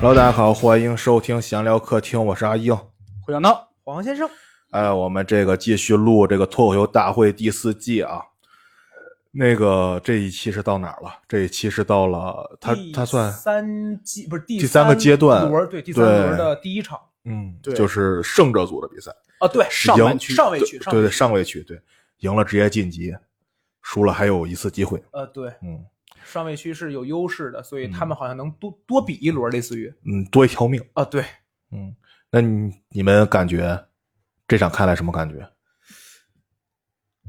Hello，大家好，欢迎收听闲聊客厅，我是阿英。胡小闹，黄先生，哎，我们这个继续录这个脱口秀大会第四季啊。那个这一期是到哪儿了？这一期是到了，它第它算三季不是第第三个阶段轮儿对第三对轮的第一场嗯，对就是胜者组的比赛，啊，对上赢半区上位区，对对对上半区上位区，对，赢了直接晋级，输了还有一次机会。呃对嗯上位区是有优势的，所以他们好像能多多比一轮，类似于嗯，多一条命。啊对，嗯，那你你们感觉这场看来什么感觉？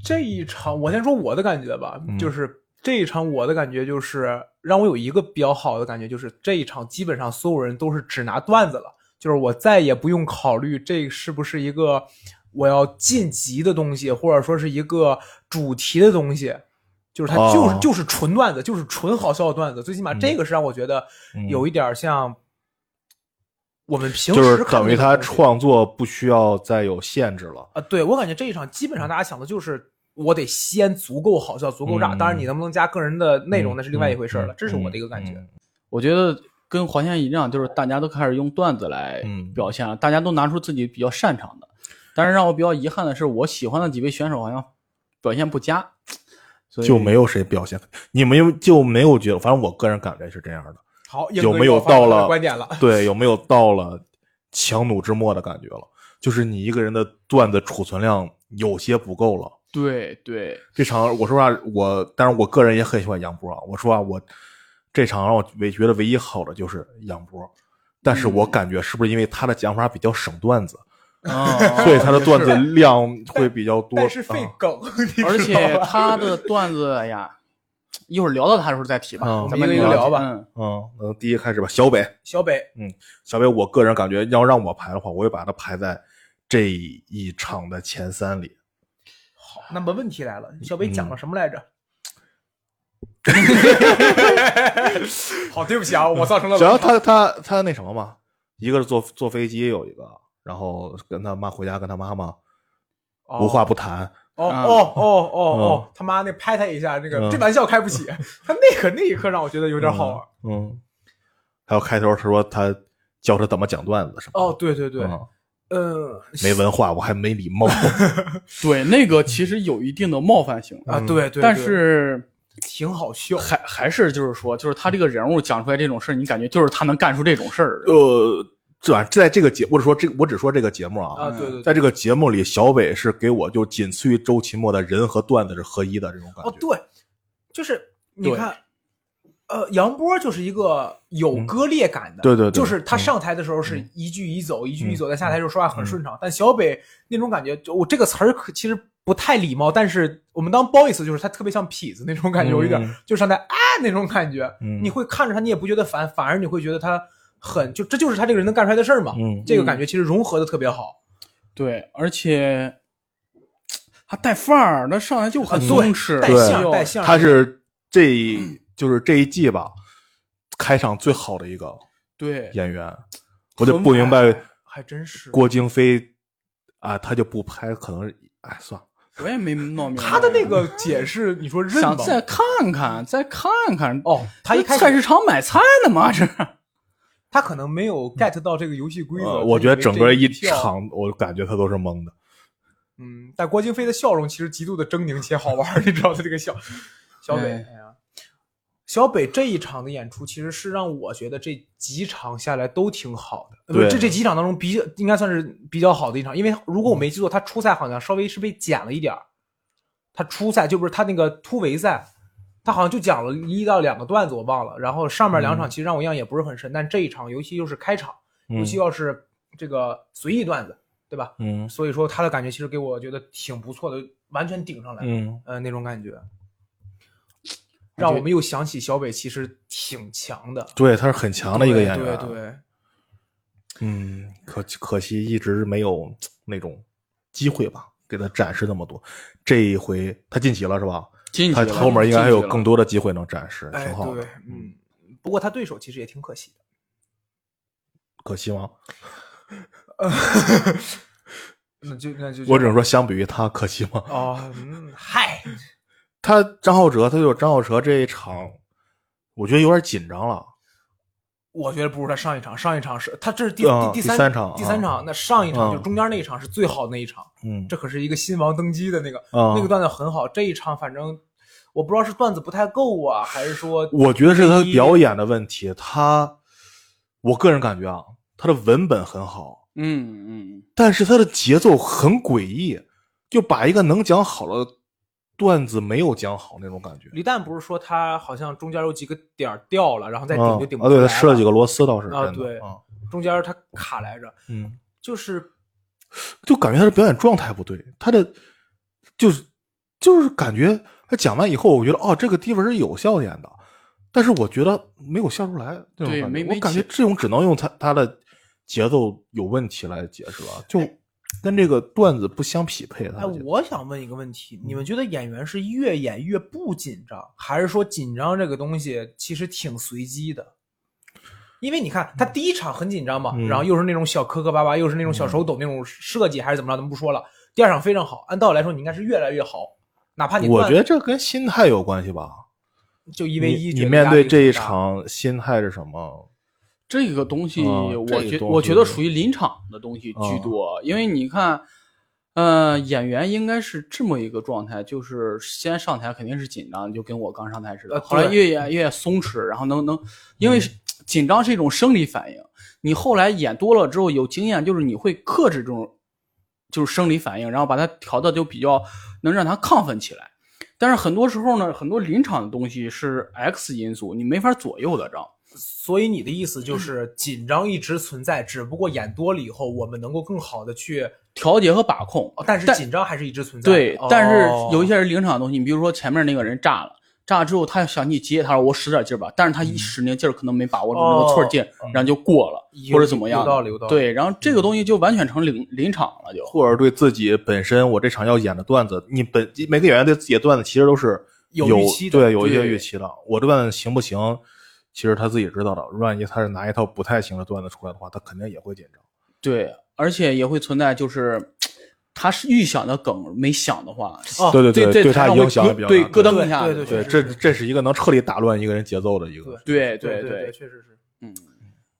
这一场，我先说我的感觉吧，嗯就是这一场我的感觉就是让我有一个比较好的感觉，就是这一场基本上所有人都是只拿段子了，就是我再也不用考虑这是不是一个我要晋级的东西，或者说是一个主题的东西。就是它就是、哦就是纯段子，就是纯好笑的段子。最起码这个是让我觉得嗯有一点像我们平时就是看等那于种他东西创作不需要再有限制了。啊，对我感觉这一场基嗯本上大家想的就是我得先足够好笑，足够炸。嗯当然，你能不能加个人的内容，嗯那是另外一回事儿了。嗯这是我的一个感觉。嗯我觉得跟黄先生一样，就是大家都开始用段子来嗯表现了，大家都拿出自己比较擅长的。但是让我比较遗憾的是，我喜欢的几位选手好像表现不佳，所以就没有谁表现，你们有就没有觉得？反正我个人感觉是这样的。好，有没有到了观点了？对，有没有到了强弩之末的感觉了？就是你一个人的段子储存量有些不够了。对 对，这场我说实话，我当然我个人也很喜欢杨波啊。我说啊，我这场让我唯觉得唯一好的就是杨波，但是嗯我感觉是不是因为他的讲法比较省段子，啊，哦所以他的段子也是量会比较多？但是费啊梗，你而知道且吧他的段子，哎呀，一会儿聊到他的时候再提吧，嗯咱们一个一个聊吧嗯，嗯，那第一开始吧，小北，小北小北，我个人感觉要让我排的话，我会把它排在这一场的前三里。好，那么问题来了，小北嗯讲了什么来着？ 好，对不起啊，我造成了主要他他他那什么嘛，一个是坐坐飞机有一个，然后跟他妈回家跟他妈妈哦无话不谈，哦嗯哦哦哦哦，他妈那拍他一下，那个嗯这玩笑开不 起。他那个那一刻让我觉得有有点好玩。。嗯，还有开头他说他教他怎么讲段子什么哦，的。对对对，嗯嗯没文化，我还没礼 貌。对，那个其实有一定的冒犯性，啊，嗯对对，但对是挺好笑。还还是就是说，就是他这个人物讲出来这种事儿，你感觉就是他能干出这种事儿，呃，这玩意儿在这个节，或者说这，我只说这个节目啊，对对对，嗯在这个节目里，小北是给我就仅次于周奇墨的人和段子是合一的这种感觉。哦对，就是你对看，呃，杨波就是一个有割裂感的，嗯对对对就是他嗯上台的时候是嗯一句一走，一句嗯一走，在下台时候说话很顺畅，但小北那种感觉，就我这个词儿可其实。不太礼貌，但是我们当褒义词就是他特别像痞子那种感觉，有一点嗯就上台啊那种感觉，嗯你会看着他，你也不觉得烦，反而你会觉得他很就这就是他这个人能干出来的事儿嘛，嗯这个感觉其实融合的特别好。对，而且他带范儿，那上来就啊很对松弛，带对相儿带相儿，他是这一就是这一季吧，开场最好的一个对演员，我就不明白还真是郭京飞啊，他就不拍，可能是哎算了，我也没闹明白他的那个解释，你说认吗想？再看看，再看看。哦，他一开菜始市场买菜呢吗？这他可能没有 get 到这个游戏规则，呃他我觉得整个一以为这票，场我感觉他都是懵的，嗯，但郭京飞的笑容其实极度的狰狞且好玩儿，你知道他这个笑，小北，哎哎呀，小北这一场的演出其实是让我觉得这几场下来都挺好的，对呃这这几场当中比较应该算是比较好的一场，因为如果我没记错，他初赛好像稍微是被减了一点儿，他初赛就不是他那个突围赛，他好像就讲了一到两个段子，我忘了。然后上面两场其实让我印象也不是很深，但这一场尤其又是开场，尤其要是这个随意段子，对吧？嗯所以说他的感觉其实给我觉得挺不错的，完全顶上来，嗯，呃，那种感觉，让我们又想起小北其实挺强的，对，他是很强的一个演员，啊对对对，嗯，可可惜一直没有那种机会吧，给他展示那么多，这一回他晋级了是吧？进去他了后面应该还有更多。多的机会能展示，哎挺好对的，，嗯。不过他对手其实也挺可惜的，可惜吗？那就那就我只能说，相比于他，可惜 吗？哦，嗯，嗨，他张浩哲，他就张浩哲这一场，我觉得有点紧张了。我觉得不如他上一场，上一场是他这是第啊第第三三场第三啊场，那上一嗯场就中间那一场是最好的那一场，嗯，这可是一个新王登基的那个啊那个段子很好。这一场反正我不知道是段子不太够啊，还是说我觉得是他表演的问题，他我个人感觉啊，他的文本很好，嗯嗯但是他的节奏很诡异，就把一个能讲好的段子没有讲好那种感觉。李诞不是说他好像中间有几个点儿掉了，然后再顶啊就顶不啊，对回他来吃了几个螺丝倒是啊真的对啊中间他卡来着，嗯。就是就感觉他的表演状态不对，他的就是就是感觉他讲完以后，我觉得哦，这个地方是有笑点的，但是我觉得没有笑出来这种对感没觉。没我感觉起这种只能用他他的节奏有问题来解释了，就跟这个段子不相匹配。他哎，的节奏我想问一个问题，嗯你们觉得演员是越演越不紧张，还是说紧张这个东西其实挺随机的？因为你看他第一场很紧张嘛，嗯然后又是那种小磕磕巴巴，又是那种小手抖那种设计，还是怎么着，咱们不说了。第二场非常好，按道理来说你应该是越来越好，哪怕你我断觉得这跟心态有关系吧。就一 v 一，你你面对这一，场心态是什么？这个东西，啊我这个觉东我西啊觉得属于临场的东西居多，因为你看，呃，演员应该是这么一个状态，就是先上台肯定是紧张，就跟我刚上台似的，呃后来对越演越松弛，然后能能，因为是嗯紧张是一种生理反应，你后来演多了之后有经验，就是你会克制这种就是生理反应，然后把它调的就比较能让它亢奋起来。但是很多时候呢，很多临场的东西是 X 因素，你没法左右的，知道吗？所以你的意思就是紧张一直存在，只不过演多了以后，我们能够更好的去，调节和把控哦，但是但紧张还是一直存在的。哦哦对，但是有一些些人临场的东西，你比如说前面那个人炸了，炸了之后他想去接，他说我使点劲儿吧，但是他嗯一使那劲儿可能没把握住那个哦寸儿劲，然后就过了或者怎么样有的，道理，有道理。对，然后这个嗯东西就完全成临临场了，就或者对自己本身我这场要演的段子，你本每个演员对自己的段子其实都是有有预期的对，有一些对预期的。我这段子行不行，其实他自己知道的。万一他是拿一套不太行的段子出来的话，他肯定也会紧张。对，而且也会存在就是。他是预想的梗没想的话，哦对对这对这他台上影会响咯也比较对大咯对噔一下，对对对，是这是这是一个能彻底打乱一个人节奏的一个。对对对嗯对，确实是。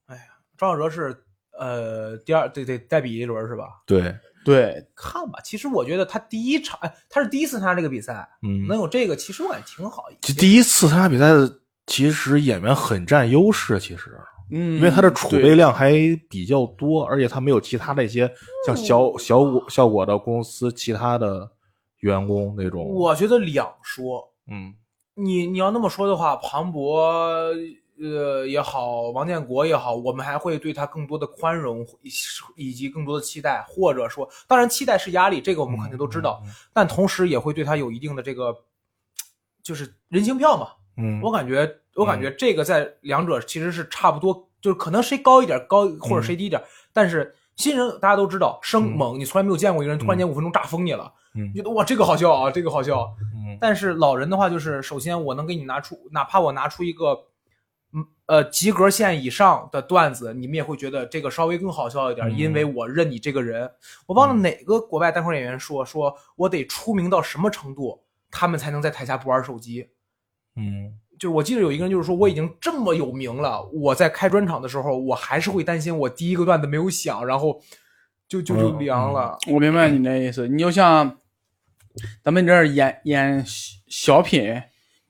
哎呀，张小哲是呃第二，对对，代比一轮是吧？对，对，看吧，其实我觉得他第一场，哎，他是第一次参加这个比赛，嗯，能有这个，其实我感觉挺好。其第一次参加比赛的，其实演员很占优势，其实。嗯，因为他的储备对量还比较多，而且他没有其他的一些像小小果效果的公司其他的员工那种。我觉得两说，嗯你你要那么说的话，庞博呃也好，王建国也好，我们还会对他更多的宽容，以以及更多的期待，或者说，当然期待是压力，这个我们肯定都知道，嗯但同时也会对他有一定的这个，就是人情票嘛。嗯，我感觉，我感觉这个在两者其实是差不多，就是可能谁高一点高，嗯或者谁低一点，但是。新人大家都知道生猛，你从来没有见过一个人突然间五分钟炸疯你了，嗯你觉得哇这个好笑啊，这个好笑，嗯但是老人的话，就是首先我能给你拿出，哪怕我拿出一个，嗯呃及格线以上的段子，你们也会觉得这个稍微更好笑一点，嗯因为我认你这个人。我忘了哪个国外单口演员说，说我得出名到什么程度，他们才能在台下不玩手机。嗯就是我记得有一个人就是说我已经这么有名了，我在开专场的时候，我还是会担心我第一个段子没有响，然后就就就嗯凉了。我明白你的意思，你就像咱们这儿演演小小品，你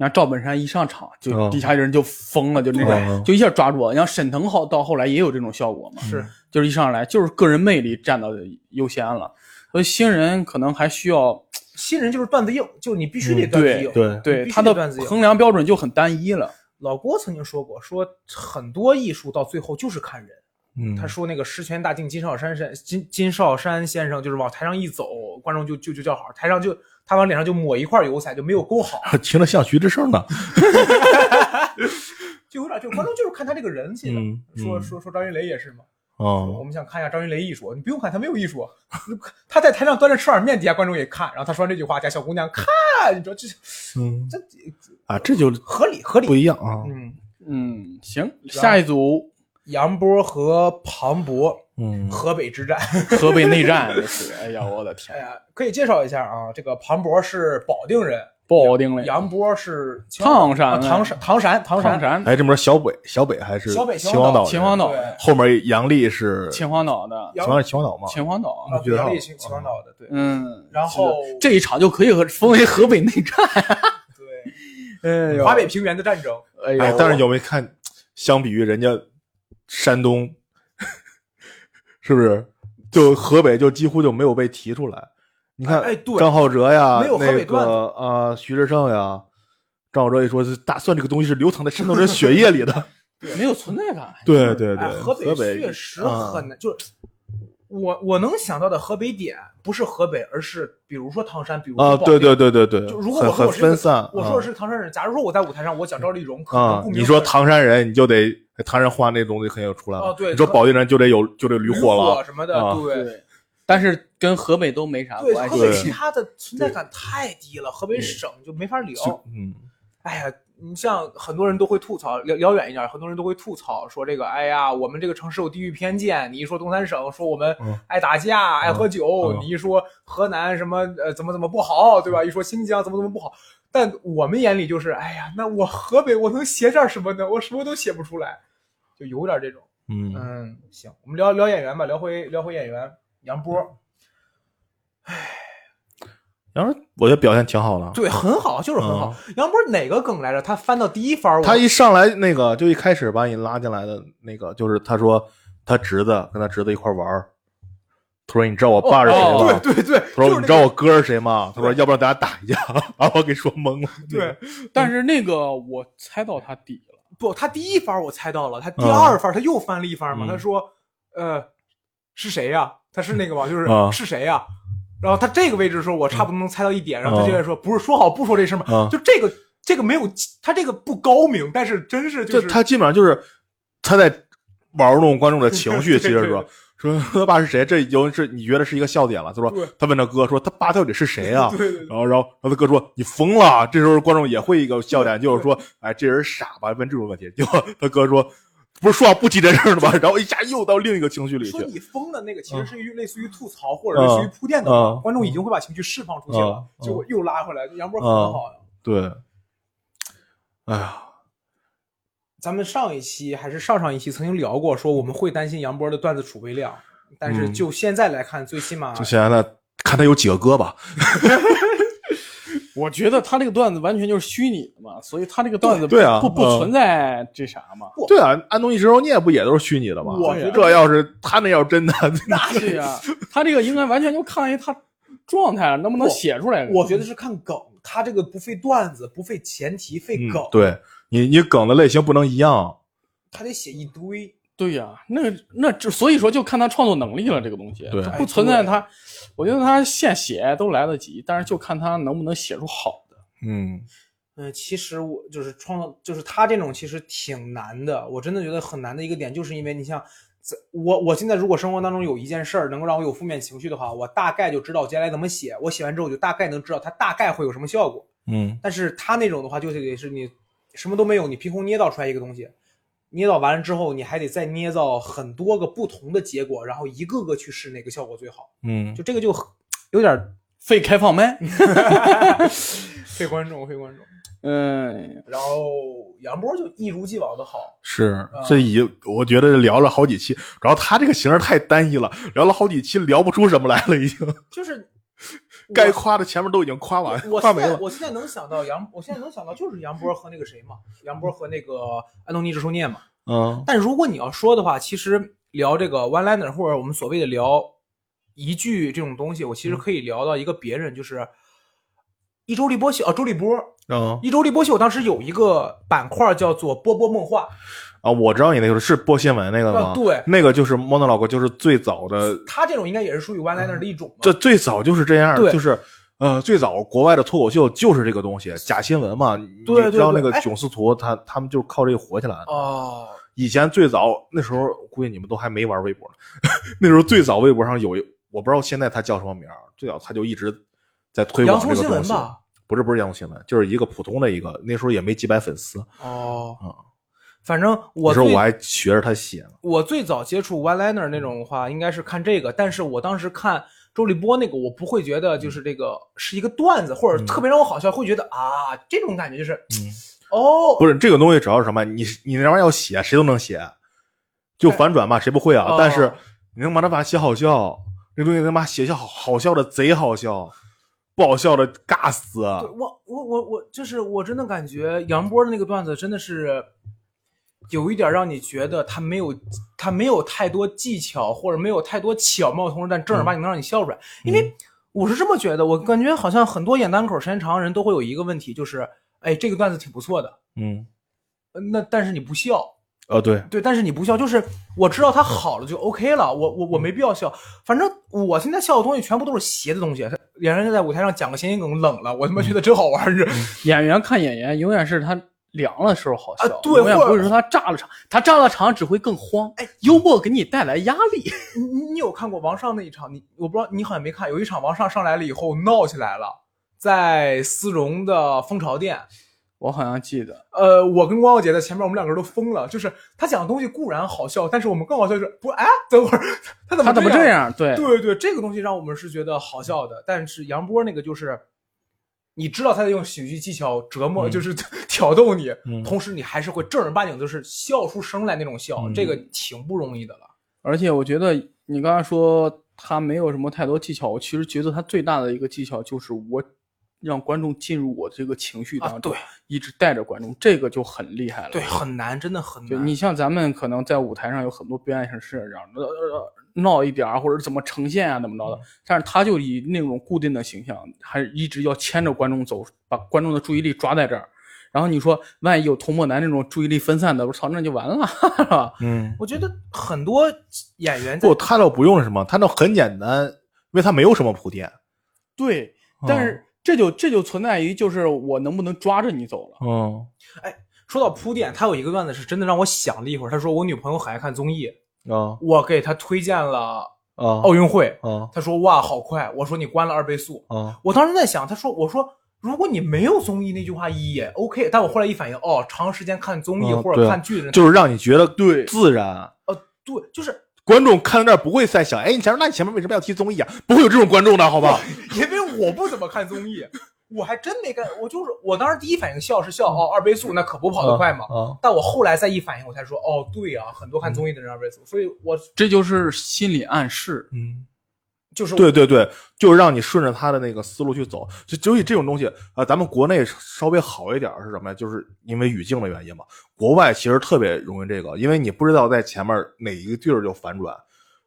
看赵本山一上场，就哦嗯底下人就疯了，就那种，对就一下抓住了。你像沈腾后到后来也有这种效果嘛，是，嗯就是一上来就是个人魅力占到优先了，所以新人可能还需要新人就是段子硬，就你必须得嗯段子对硬。对对必须他得的段子硬衡量标准就很单一了。老郭曾经说过，说很多艺术到最后就是看人。嗯，他说那个十全大敬金少山先金金少山先生，就是往台上一走，观众就就就叫好，台上就他往脸上就抹一块油彩，就没有勾好，啊听着像徐志胜呢。就有点就观众就是看他这个人气的。嗯说嗯说说张云雷也是嘛，我哦，们想看一下张云雷艺术，你不用看他没有艺术，他在台上端着吃碗面，底下观众也看，然后他说完这句话，底下小姑娘看，你说这嗯这啊，这就合理合不理，一样啊。嗯，嗯，行，下一组杨波和庞博嗯河北之战。河北内战，这是，哎呀，我的天哎，呀，可以介绍一下啊，这个庞博是保定人，不好定嘞。杨波是唐山哎啊唐山，唐山，唐唐山，山哎，这么说，小北小北还是小北秦皇岛人，秦皇岛对的，后面杨丽是秦皇岛的，秦杨啊皇是秦皇岛吗？秦皇岛，不知道杨丽秦秦皇岛的，对。嗯，然后这一场就可以和分为河北内 战。对哎华北，平原的战争，哎哎呦，，但是有没有看，相比于人家山东， 是不是就河北就几乎就没有被提出来？你看，哎哎对张浩哲呀，没有河北那段子个啊、徐志胜呀，张浩哲一说，是大蒜这个东西是流淌在山东人血液里 的。没有存在感。对对对，哎，河啊北确实很难，就是我我能想到的河北点不是河北，而是比如说唐山，比如啊，说保定对对对对对，就如果很很我说我是一个分散。我说的是唐山人，假如说我在舞台上我讲赵丽蓉，可啊能啊顾，名你说思义唐山人，你就得唐山话那东西很有出来了。哦对你说可保定人就得有就得驴驴火了。什么的啊，对对，但是跟河北都没啥对，关河系。北对嗯其他的存在感太低了，河北省就没法聊就。嗯，哎呀，你像很多人都会吐槽，聊聊远一点，很多人都会吐槽说这个，哎呀，我们这个城市有地域偏见。你一说东三省，说我们嗯爱打架、爱喝酒；嗯你一说河南什么呃怎么怎么不好，对吧？一说新疆怎么怎么不好。但我们眼里就是，哎呀，那我河北我能写点什么呢？我什么都写不出来，就有点这种。嗯，嗯，行，我们聊聊演员吧，聊回聊回演员杨波，然后我觉得表现挺好的。对，很好，就是很好。杨波哪个梗来着？他翻到第一番儿，我他一上来那个就一开始把你拉进来的那个，就是他说他侄子跟他侄子一块玩儿，他说你知道我爸是谁哦吗？对对对，他说就你是那知道个我哥是谁吗？他说要不然咱俩打一架，把我给说懵了。对，但是那个我猜到他底了。不，他第一番儿我猜到了，他第嗯二番儿他又翻了一番儿嘛，嗯他说，呃，是谁呀、他是那个嘛，就是、啊是谁呀、然后他这个位置的时候，我差不多能猜到一点，然后他啊就在说，不是说好不说这事儿吗？啊就这个这个没有，他这个不高明，但是真是就就是他基本上就是他在玩弄观众的情绪，其对实对说。说他爸是谁？这已经是你觉得是一个笑点了。他说对他问他哥说他爸到底是谁啊？对对对然后，然后，然后他哥说：“你疯了！”这时候观众也会一个笑点，就是说：“哎，这人傻吧？”问这种问题。结果他哥说：“不是说好不提这事儿的吗？”然后一下又到另一个情绪里去说。你疯的那个，其实嗯是一类似于吐槽或者类似于嗯铺垫的话，嗯观众已经会把情绪释放出去了，嗯结果又拉回来。杨波很嗯好呀、对，哎呀，咱们上一期还是上上一期曾经聊过，说我们会担心杨波的段子储备量，但是嗯就现在来看，最起码就现在呢看他有几个哥吧。我觉得他这个段子完全就是虚拟的嘛，所以他这个段子对对啊不不嗯存在这啥嘛。对啊，安东尼·石欧涅不也都是虚拟的吗？我觉得这要是他那要是真的，那对呀、 他这个应该完全就看一他状态能不能写出来。我觉得是看梗，他这个不费段子，不费前提，费嗯梗，，对你你梗的类型不能一样。他得写一堆。对呀、那那这所以说就看他创作能力了，这个东西对它不存在他，我觉得他现写都来得及，但是就看他能不能写出好的。嗯，嗯，其实我就是创造，就是他这种其实挺难的，我真的觉得很难的一个点，就是因为你像，在我我现在如果生活当中有一件事儿能够让我有负面情绪的话，我大概就知道接下来怎么写，我写完之后我就大概能知道它大概会有什么效果。嗯，但是他那种的话，就是得是你什么都没有，你凭空捏造出来一个东西，捏造完了之后，你还得再捏造很多个不同的结果，然后一个个去试哪个效果最好。嗯，就这个就很有点儿非开放麦，费观众，费观众。嗯，然后杨波就一如既往的好，是啊这已我觉得聊了好几期，然后他这个形式太单一了，聊了好几期聊不出什么来了，已经就是我该夸的前面都已经夸完，我夸现没在了。我现在能想到杨，我现在能想到就是杨波和那个谁嘛，杨波和那个安东尼·直树涅嘛。嗯但如果你要说的话，其实聊这个 one liner 或者我们所谓的聊一句这种东西，我其实嗯可以聊到一个别人，就是一周立波秀啊，周立波，嗯一周立波秀当时有一个板块叫做“波波梦话啊，我知道你那个是播新闻那个吗？啊对嗯那个就是猫头老哥，就是最早的”，，他这种应该也是属于 one liner 的一种嘛。这最早就是这样，对就是。呃，最早国外的脱口秀就是这个东西，假新闻嘛。你对你知道对那对个哎囧司徒他他们就是靠这个火起来的。哦，以前最早那时候，估计你们都还没玩微博呢。 那时候最早微博上有一，我不知道现在他叫什么名儿。最早他就一直在推洋广这葱新个东闻西。吧？不是不是洋葱新闻，就是一个普通的一个，那时候也没几百粉丝。哦，嗯反正你我说最我还学着他写呢，我最早接触 one liner 那种的话，应该是看这个，但是我当时看周立波那个，我不会觉得就是这个是一个段子，或者特别让我好笑，会觉得啊这种感觉就是，哦，不是这个东西主要是什么？你你那玩意儿要写，谁都能写，就反转嘛，谁不会啊？哦但是你能把它把它写好笑，这东西他妈写笑好好笑的贼好笑，不好笑的尬死。啊对我我我我，就是我真的感觉杨波的那个段子真的是有一点让你觉得他没有他没有太多技巧或者没有太多巧妙的同时，但正儿八经能让你笑出来。因为我是这么觉得，我感觉好像很多演单口时间长的人都会有一个问题，就是哎这个段子挺不错的，嗯，呃那但是你不笑。呃，对，对，但是你不笑，就是我知道它好了就 OK 了，我我我没必要笑。反正我现在笑的东西全部都是邪的东西。演员在舞台上讲个谐音梗冷了，我他妈觉得真好玩儿，你知道演员看演员，永远是他凉了时候好笑，啊对永远或者不是说他炸了场，他炸了场只会更慌。哎，幽默给你带来压力。 你你你有看过王上那一场？你我不知道，你好像没看。有一场王上上来了以后闹起来了，在丝绒的蜂巢店。我好像记得，呃，我跟光耀姐在前面，我们两个人都疯了。就是他讲的东西固然好笑，但是我们更好笑就是不哎，等会儿他怎么他怎么这这？样？对，哎对对，这个东西让我们是觉得好笑的，但是杨波那个就是，你知道他在用喜剧技巧折磨，嗯就是挑逗你，嗯同时你还是会正儿八经就是笑出声来那种笑，嗯这个挺不容易的了。而且我觉得你刚刚说他没有什么太多技巧，我其实觉得他最大的一个技巧就是我让观众进入我这个情绪当中，啊对一直带着观众，这个就很厉害了。对，很难，真的很就难。你像咱们可能在舞台上有很多表演形式，然后呃闹一点儿或者怎么呈现啊，怎么着的，但是他就以那种固定的形象，还一直要牵着观众走，把观众的注意力抓在这儿。然后你说，万一有童漠男那种注意力分散的，我操，那就完了， 是吧？嗯，我觉得很多演员在不，他倒不用什么，他倒很简单，因为他没有什么铺垫。对，但是这就这就存在于就是我能不能抓着你走了。嗯，说到铺垫，他有一个段子是真的让我想了一会儿。他说我女朋友很爱看综艺，啊我给她推荐了啊奥运会，啊她说哇好快，我说你关了二倍速。啊！我当时在想，她说我说如果你没有综艺那句话也 OK，但我后来一反应，哦，长时间看综艺嗯或对者啊看剧的人，就是让你觉得对自然。对，就是 观众看到这儿不会再想，哎，你前面那你前面为什么要提综艺啊？不会有这种观众的，好吧？因为我不怎么看综艺，我还真没看，我就是我当时第一反应笑是笑，哦，二倍速那可不跑得快嘛。啊，但我后来再一反应，我才说，哦，对啊，很多看综艺的人二倍速，所以我这就是心理暗示，嗯，就是对对对，就是让你顺着他的那个思路去走。就就以这种东西啊、呃咱们国内稍微好一点儿是什么呀？就是因为语境的原因嘛。国外其实特别容易这个，因为你不知道在前面哪一个地儿就反转，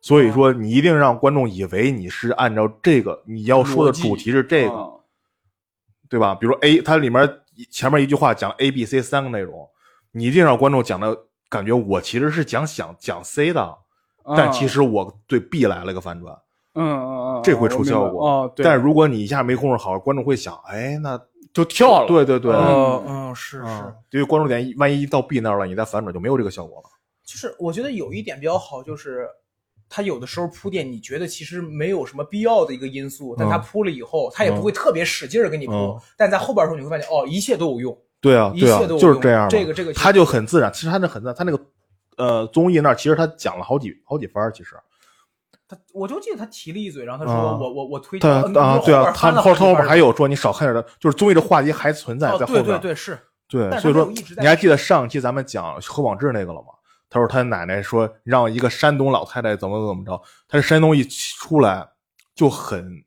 所以说你一定让观众以为你是按照这个你要说的逻辑主题是这个，啊对吧？比如 A，它里面前面一句话讲 A、B、C 三个内容，你一定让观众讲的感觉我其实是讲想讲 C 的，但啊其实我对 B 来了个反转。嗯嗯嗯嗯，这会出效我明白果哦，对，但如果你一下没控制好，观众会想，哎，那就跳了，对对对，哦，嗯，是啊是，，因为观众点一万一到 B 那儿了，你再反转就没有这个效果了。就是我觉得有一点比较好，就是他有的时候铺垫，你觉得其实没有什么必要的一个因素，但他铺了以后，他也不会特别使劲儿给你铺，嗯但在后边的时候你会发现，哦，一切都有用。对啊，一切对啊，都有就是用这样嘛。这个这个他就很自然，其实他那很自然，他那个呃综艺那儿其实他讲了好几好几番儿，其实他我就记得他提了一嘴，然后他说、啊我我我推他荐啊对嗯啊，他们后他头后面还有说你少看点儿的，就是综艺的话题还存在哦，在后对面。对对是，对，但是所以他说没有一直在你还记得上期咱们讲何广智那个了吗？他说他奶奶说让一个山东老太太怎么怎么着，他这山东一出来就很，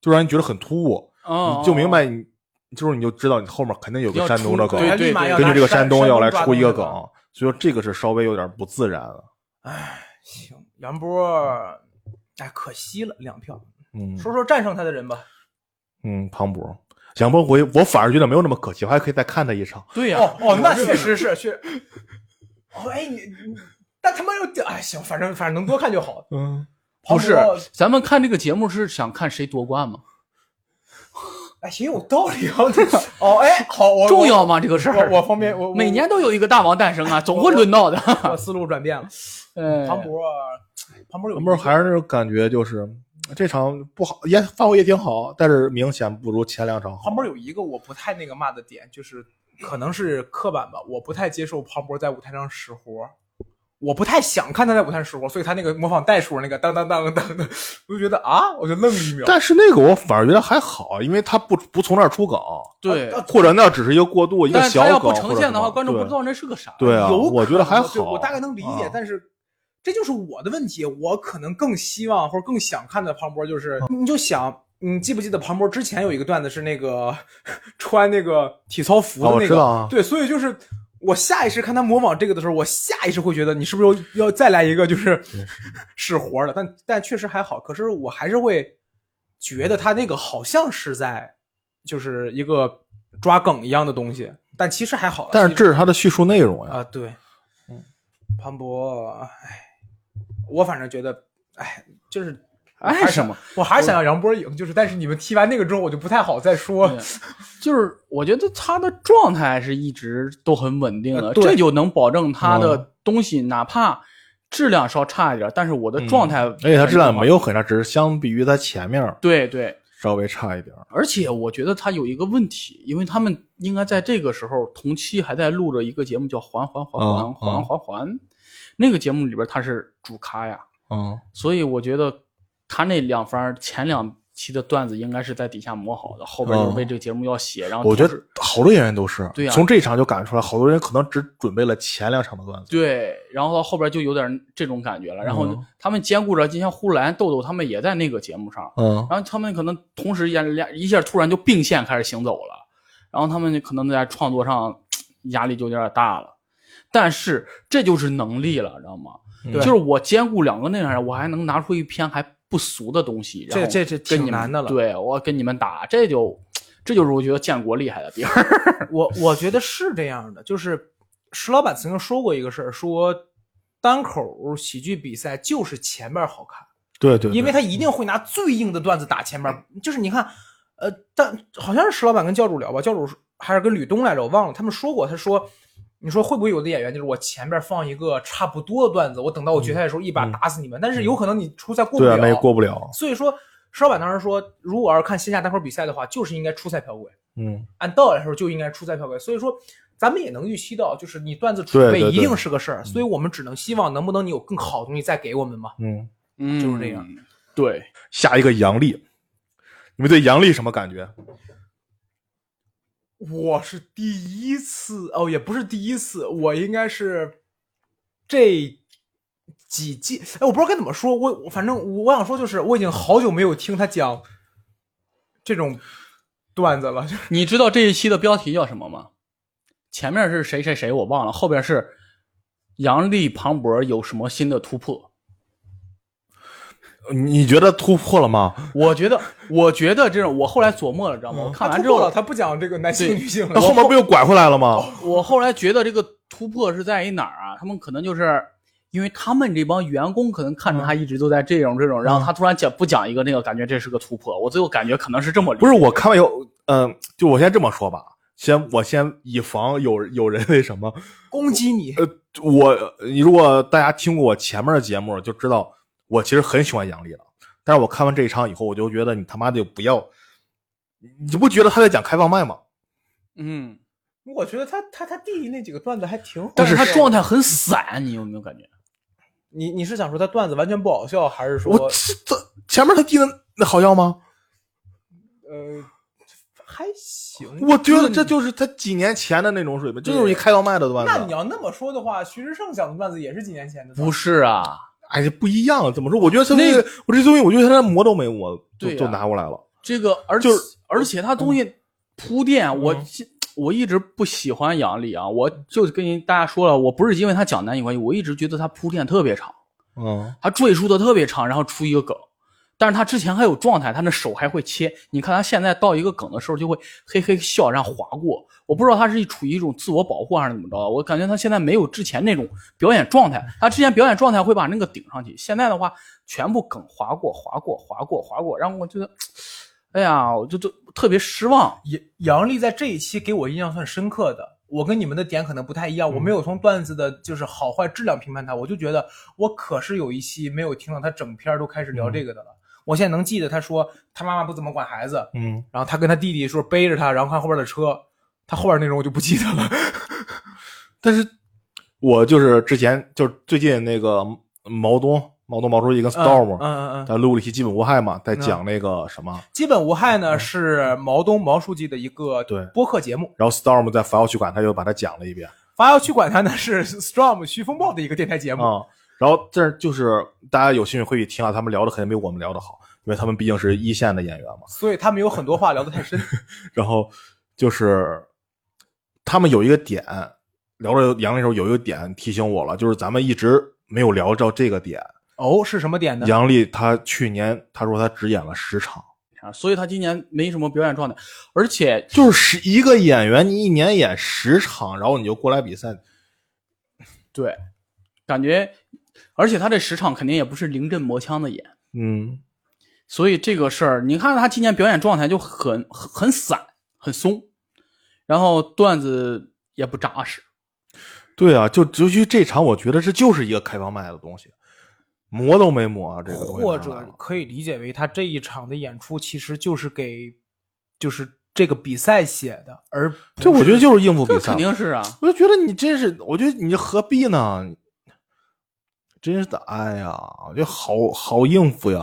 就让人觉得很突兀，哦，你就明白你，就是你就知道你后面肯定有个要山东的出梗，对他立马要根据这个山山东要来抓出一个东梗西了，所以说这个是稍微有点不自然了。行，杨波，哎，可惜了两票。嗯说说战胜他的人吧，嗯，庞博，杨波回，我反而觉得没有那么可惜，我还可以再看他一场。对呀，哦哦，那确实是确。哦，哎你，你但他妈又哎行，反正反正能多看就好。嗯，不是庞博，咱们看这个节目是想看谁夺冠吗？哎也有道理 啊。 这个哦哎好，我重要吗？这个事我儿，我方便我我每年都有一个大王诞生啊，总会轮到的。我思路转变了。 哎庞博，庞博有杨波意见还是那种感觉，就是这场不好，也发挥也挺好，但是明显不如前两场好。旁边有一个我不太那个嘛的点，就是可能是刻板吧，我不太接受庞博在舞台上使活儿，我不太想看他在舞台上使活儿，所以他那个模仿袋鼠那个当当当当的，我就觉得啊，我就愣了一秒。但是那个我反而觉得还好，因为他不不从那儿出梗，对，或者那只是一个过渡，一个但是小梗。他要不呈现的或者什话，么观众不对知道那是个啥。对啊，有我可觉得能还对好，我大概能理解，啊但是这就是我的问题，我可能更希望或者更想看的庞博就是，啊你就想。你记不记得庞博之前有一个段子是那个 穿那个体操服啊的我那知个？道啊对，所以就是我下意识看他模仿这个的时候，我下意识会觉得你是不是要要再来一个就是 使活儿的？但但确实还好，可是我还是会觉得他那个好像是在就是一个抓梗一样的东西，但其实还好了。但其是实这是他的叙述内容呀。啊，对，嗯，庞博，哎，我反正觉得，哎，就是。哎爱还是什么？我还是想要杨波赢，就是，但是你们踢完那个之后，我就不太好再说。对就是我觉得他的状态是一直都很稳定的，呃对这就能保证他嗯的东西哪怕质量稍差一点，但是我的状态，嗯而且他质量没。有很差，只是相比于他前面对对，稍微差一点儿。而且我觉得他有一个问题，因为他们应该在这个时候同期还在录着一个节目叫《环环环环嗯环嗯环环》，那个节目里边他是主咖呀，嗯，所以我觉得他那两番前两期的段子应该是在底下磨好的，后边就是为这个节目要写，然后嗯我觉同得时好多演员都是，对啊从这场就感觉出来，好多人可能只准备了前两场的段子。对，然后到后边就有点这种感觉了。然后嗯他们兼顾着，就像呼兰、豆豆他们也在那个节目上，嗯，然后他们可能同时也俩一下突然就并线开始行走了，然后他们就可能在创作上压力就有点大了。但是这就是能力了，知道吗？对就是我兼顾两个那样，我还能拿出一篇还不俗的东西。然这后这这跟挺你们难的了对我跟你们打，这就这就是我觉得建国厉害的地方。 我我觉得是这样的，就是石老板曾经说过一个事儿，说单口喜剧比赛就是前面好看，对对，因为对他一定会拿最硬的段子打前面。就是你看，呃，但好像是石老板跟教主聊吧，教主还是跟吕东来着，我忘了，他们说过，他说。你说会不会有的演员就是我前边放一个差不多的段子，我等到我决赛的时候一把嗯打死你们？但是有可能你初赛过不对啊，了，那过不了。所以说石老板当时说，如果要是看线下单口比赛的话，就是应该初赛票轨。嗯，按道理来说就应该出在票轨，所以说咱们也能预期到，就是你段子储对备对一对定是个事儿，所以我们只能希望能不能你有更好的东西再给我们嘛。嗯，嗯就是这样。对，下一个杨笠，你们对杨笠什么感觉？我是第一次哦，也不是第一次，我应该是这几季，哎，我不知道该怎么说，我我反正我我想说就是，我已经好久没有听他讲这种段子了，就是你知道这一期的标题叫什么吗？前面是谁谁谁我忘了，后边是杨笠庞博有什么新的突破？你觉得突破了吗？ 我觉得，我觉得这种，我后来琢磨了，知道吗？我哦看完嗯啊他突之破后了，，他不讲这个男性对哦女性那了，后面不又拐回来了吗？我后来觉得这个突破是在于哪儿啊？他们可能就是因为他们这帮员工可能看着他一直都在这种这种，然后他突然讲不讲一个那个，感觉这是个突破。我最后感觉可能是这么理解不是，我看完以后，嗯、就我先这么说吧，先我先以防有有人 那什么，攻击你，呃我你如果大家听过我前面的节目，就知道我其实很喜欢杨笠的。但是我看完这一场以后，我就觉得你他妈的不要，你不觉得他在讲开放麦吗？嗯，我觉得他他他弟弟那几个段子还挺好，但是他撞。状态很散，你有没有感觉？你你是想说他段子完全不好笑，还是说我这这前面他弟的那好笑吗？呃还行？我觉得这就是他几年前的那种水平，这就是一开放麦的段那你子。啊要那么说的话，徐志胜讲的段子也是几年前的，不？是啊，哎，这不一样，怎么说？我觉得他那个，我这东西，我觉得他连磨都没磨，就、对呀就拿过来了。这个，而且就是而且他东西铺垫，我嗯其我一直不喜欢杨笠啊，我就跟大家说了，我不是因为他讲男女关系，我一直觉得他铺垫特别长，嗯，他赘述的特别长，然后出一个梗。但是他之前还有状态，他那手还会切。你看他现在到一个梗的时候，就会嘿嘿笑，然后划过。我不知道他是处于一种自我保护还是怎么着的，我感觉他现在没有之前那种表演状态。他之前表演状态会把那个顶上去，现在的话全部梗划过、划过、划过、划过，然后我觉得，哎呀，我就就特别失望。杨杨笠在这一期给我印象算深刻的，我跟你们的点可能不太一样，我嗯没有从段子的就是好坏质量评判他，我就觉得我可是有一期没有听到他整篇儿都开始聊嗯这个的了。我现在能记得他说他妈妈不怎么管孩子，嗯，然后他跟他弟弟说背着他，然后看后边的车。他后边内容我就不记得了。但是我就是之前就是最近那个毛东毛东毛书记跟 Storm、嗯嗯嗯嗯，他录了一期《基本无害》嘛，在讲那个什么，基本无害呢是毛东毛书记的一个嗯对播客节目，然后 Storm 在法药去馆他又把它讲了一遍发要去管他呢是 Storm 徐风暴的一个电台节目。啊、然后这就是大家有兴趣可以听啊，他们聊的肯定没我们聊的好，因为他们毕竟是一线的演员嘛。所以他们有很多话聊得太深，然后就是他们有一个点，聊着杨丽的时候有一个点提醒我了，就是咱们一直没有聊到这个点。哦，是什么点呢？杨丽她去年她说她只演了十场，啊所以他今年没什么表演状态，而且就是十一个演员，你一年演十场，然后你就过来比赛，对，感觉，而且他这十场肯定也不是临阵磨枪的演，嗯，所以这个事儿，你看他今年表演状态就很很很散，很松，然后段子也不扎实。对啊，就尤其这场，我觉得这就是一个开放麦的东西，磨都没磨啊，这个东西或拿来者了可以理解为他这一场的演出其实就是给，就是这个比赛写的，而不这我觉得是就是应付比这赛肯，定是啊，我就觉得你真是，我觉得你这何必呢？真是的，哎呀，我觉得好好应付呀，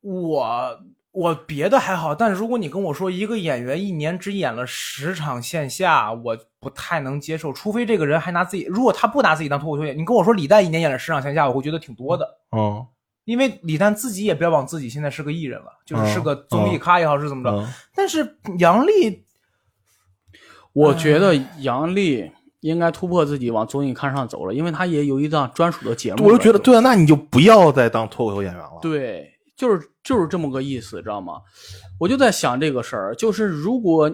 我我别的还好，但如果你跟我说一个演员一年只演了十场线下，我不太能接受，除非这个人还拿自己，如果他不拿自己当脱口秀演员，你跟我说李诞一年演了十场线下，我会觉得挺多的。嗯因为李诞自己也标榜自己现在是个艺人了，就是是个综艺咖也好，是怎么着。嗯，但是杨笠我觉得杨笠应该突破自己往综艺咖上走了，因为他也有一档专属的节目了。我就觉得，对啊，那你就不要再当脱口秀演员了，对，就是就是这么个意思，知道吗？我就在想这个事儿，就是如果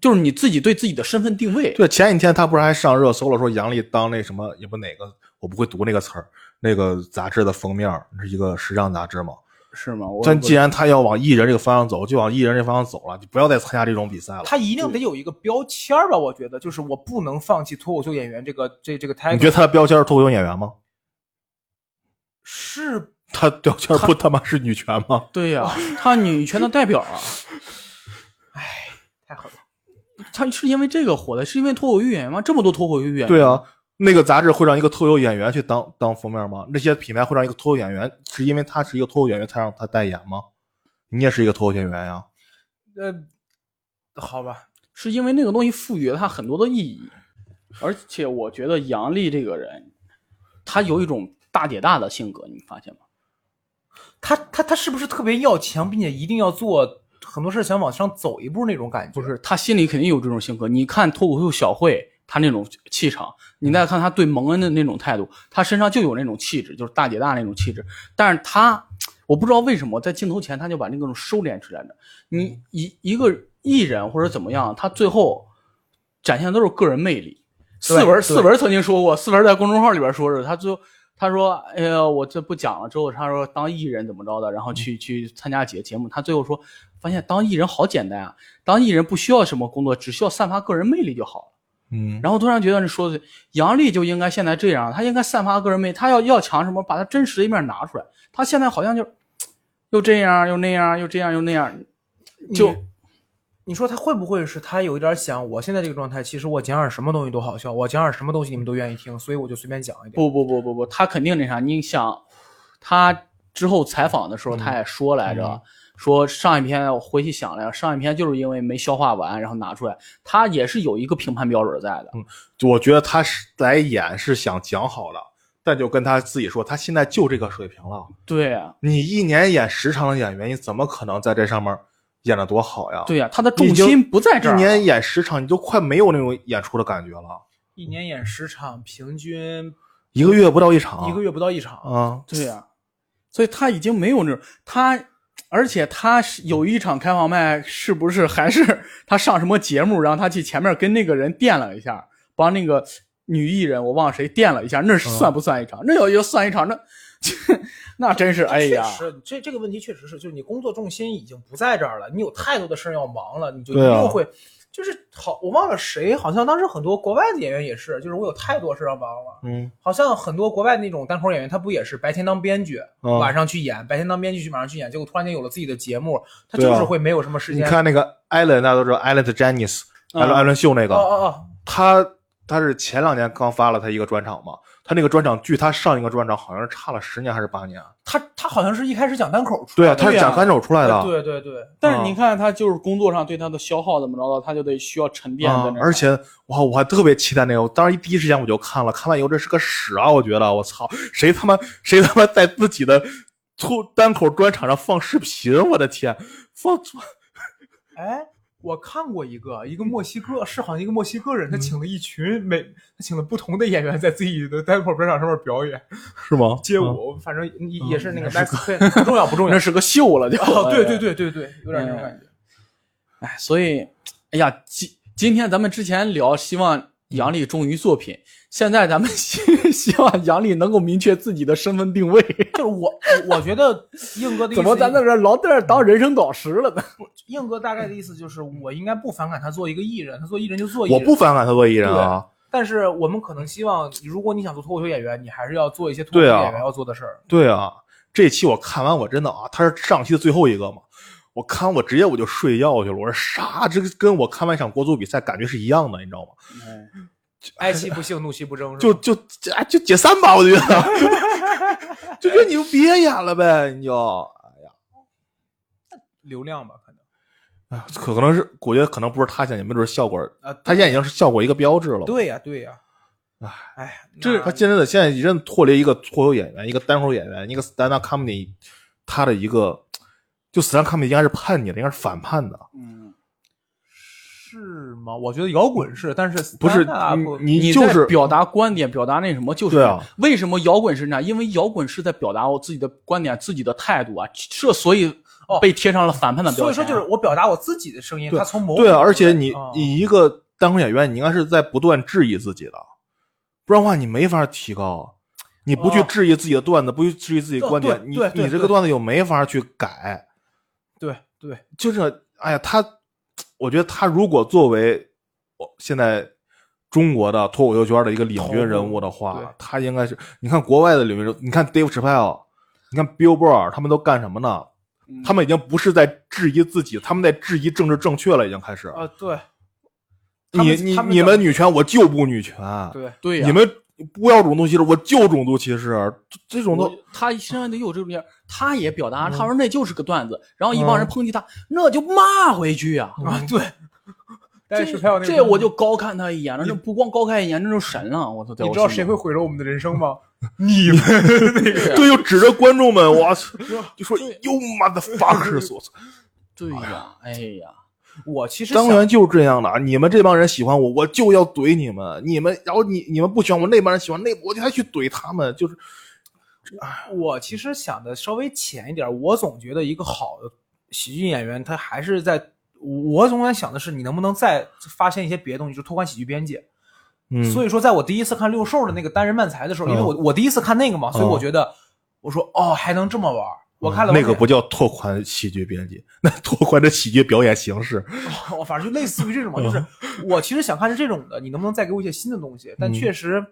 就是你自己对自己的身份定位，对，前几天他不是还上热搜了，说杨笠当那什么也不哪个，我不会读那个词儿，那个杂志的封面儿是一个时尚杂志嘛。是吗？我但既然他要往艺人这个方向走，就往艺人这方向走了，就不要再参加这种比赛了。他一定得有一个标签儿吧？我觉得，就是我不能放弃脱口秀演员这个这这个 title。你觉得他的标签是脱口秀演员吗？是他标签不他妈是女权吗？对呀、他女权的代表啊，太狠了？他是因为这个火的，是因为脱口秀演员吗？这么多脱口秀演 员，对啊，那个杂志会让一个脱口秀演员去当当封面吗？那些品牌会让一个脱口秀演员，是因为他是一个脱口秀演员才让他代言吗？你也是一个脱口秀演员呀、呃，好吧，是因为那个东西赋予了它很多的意义，而且我觉得杨笠这个人，他有一种大姐大的性格，你发现吗？他他他是不是特别要强，并且一定要做很多事想往上走一步那种感觉？不，是，他心里肯定有这种性格。你看脱口秀小慧，他那种气场，你再看他对蒙恩的那种态度，他身上就有那种气质，就是大姐大那种气质。但是他，我不知道为什么在镜头前他就把那种收敛出来了。嗯你一一个艺人或者怎么样，他最后展现的都是个人魅力。对四文对四文曾经说过，四文在公众号里边说是他最后。他说：“哎呀，我这不讲了。”之后他说当艺人怎么着的，然后嗯去去参加节节目。他最后说，发现当艺人好简单啊，当艺人不需要什么工作，只需要散发个人魅力就好了。嗯，然后突然觉得你说的对杨笠就应该现在这样，他应该散发个人魅力，他要要强什么，把他真实的一面拿出来。他现在好像就又这样又那样又这样又那样，就你说他会不会是他有一点想，我现在这个状态，其实我讲点什么东西都好笑，我讲点什么东西你们都愿意听，所以我就随便讲一点。不不不不不，他肯定那啥。你想，他之后采访的时嗯候他也说来着，说上一篇我回去想了，上一篇就是因为没消化完，然后拿出来，他也是有一个评判标准在的。嗯我觉得他是来演是想讲好了，但就跟他自己说，他现在就这个水平了。对啊，你一年演十场的演员，你怎么可能在这上面演的多好呀？对呀、他的重已经心不在这儿啊啊一了。年演十场，你都快没有那种演出的感觉了，一年演十场，平均一个月不到一场，一个月不到一场。啊，对呀、所以他已经没有那种他，而且他是有一场开放麦，是不是还是他上什么节目，然后他去前面跟那个人垫了一下，帮那个女艺人我忘了谁垫了一下，那是算不算一嗯场？那要要算一场，那 那真是哎呀， 确实，这这个问题确实是，就是你工作重心已经不在这儿了，你有太多的事儿要忙了，你就一对啊定会，就是好，我忘了谁，好像当时很多国外的演员也是，就是我有太多事儿要忙了，嗯，好像很多国外那种单口演员，他不也是白天当编剧，嗯晚上去演，白天当编剧去晚上去演，结果突然间有了自己的节目，他对啊就是会没有什么时你间。看那个艾伦，大家都知道艾伦的 Janice，艾伦艾伦秀那个，哦哦哦，他他是前两年刚发了他一个专场嘛，他那个专场距他上一个专场好像是差了十年还是八年。他他好像是一开始讲单口出对来啊，的，他是对啊讲单手出来的，对对对，但是嗯你看他就是工作上对他的消耗怎么着的，他就得需要沉淀在啊那、而且哇，我还特别期待那个，我当时一第一时间我就看了，看完以后这是个屎啊！我觉得我操，谁他妈谁他妈在自己的粗单口专场上放视频，我的天，放哎，我看过一个，嗯一个墨西哥是好像一个墨西哥人，他请了一群每他请了不同的演员在自己的单口专场上面表演是吗？街嗯舞，反正也也是那个那 Mexican，不重要不重要 那。是个秀了就。哎哦，对对对对对，有点那种感觉。哎，所以，哎呀，今今天咱们之前聊，希望杨笠忠于作品，现在咱们 希希望杨笠能够明确自己的身份定位。就是我我我觉得哎硬哥的意思， 怎么咱在这老在这当人生导师了呢？硬哥大概的意思就是，我应该不反感他做一个艺人，他做艺人就做艺我人。不反感他做艺人啊，但是我们可能希望，如果你想做脱口秀演员，你还是要做一些脱口秀对啊演员要做的事儿。对啊，这期我看完我真的啊，他是上期的最后一个嘛，我看我直接我就睡觉去了，我说啥？这个跟我看完一场国足比赛感觉是一样的，你知道吗？哎哀其不幸，怒其不争，是吧就就哎就解散吧，我觉得， 就觉得你就别演了呗，你就。流量吧，可能。哎可可能是，我觉得可能不是他现在，没准是效果啊对他现在已经是效果一个标志了。，对呀、对呀、唉哎，这那他现在的现在已经脱离一个脱口演员，一个单口演员，一个 stand up comedy，他的一个就 stand up comedy 应该是叛逆的，应该是反叛的，嗯，是吗？我觉得摇滚是，但是不是 stand-up 你你就在是表达观点，表达那什么，就是对啊为什么摇滚是那样？因为摇滚是在表达我自己的观点、自己的态度啊，这所以哦被贴上了反叛的所标以签。啊说就是我表达我自己的声音，对他从某对啊，而且你啊你一个单口演员，你应该是在不断质疑自己的，不然的话你没法提高。你不去哦质疑自己的段子，不去质疑自己的对观点，对你对对你这个对段子又没法去改。对对，就是哎呀，他，我觉得他如果作为我现在中国的脱口秀圈的一个领军人物的头部对话，他应该是你看国外的领军人，你看 Dave Chappelle，你看 Billboard，他们都干什么呢？嗯他们已经不是在质疑自己，他们在质疑政治正确了，已经开始。啊对他你们你他们你怎们么女权，我就不女权。对，对呀、你们不要种族歧视，我就种族歧视。这这种我都他身上得有这种样儿，他也表达，嗯他说那就是个段子，然后一嗯帮人抨击他，那就骂回去呀、啊对，但哎是这还有那个这我就高看他一眼了，这不光高看一眼，这就是神了，我操！在你我知道心谁里会毁了我们的人生吗？你们那 个对，就指着观众们，我操，就说 “You motherfuckers”，我操。对呀、哎呀，我其实当想然就是这样的啊！你们这帮人喜欢我，我就要怼你们；你们，然后你你们不喜欢我，那帮人喜欢那，我就还去怼他们。就是我其实想的稍微浅一点儿，我总觉得一个好的喜剧演员，他还是在，我总想想的是，你能不能再发现一些别的东西，就是拓宽喜剧边界。嗯所以说，在我第一次看六兽的那个单人漫才的时候，因为嗯我我第一次看那个嘛，所以嗯我觉得，我说哦，还能这么玩儿。我看了那个不，叫拓宽喜剧边界，那拓宽的喜剧表演形式。我反正就类似于这种嘛，嗯就是我其实想看是这种的，你能不能再给我一些新的东西？但嗯确实，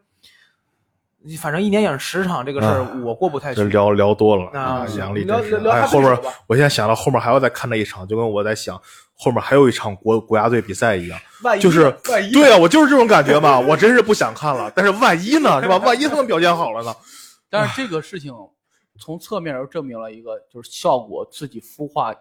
反正一年演十场这个事啊儿，我过不太这去。聊聊多了啊杨笠聊真是聊聊哎，他后对手边吧我现在想到后面还要再看那一场，就跟我在想后面还有一场国国家队比赛一样，哎万一就是万一对啊，我就是这种感觉嘛，我真是不想看了。但是万一呢，是吧？万一他们表现好了呢？但是这个事情从侧面又证明了一个，就是效果自己孵化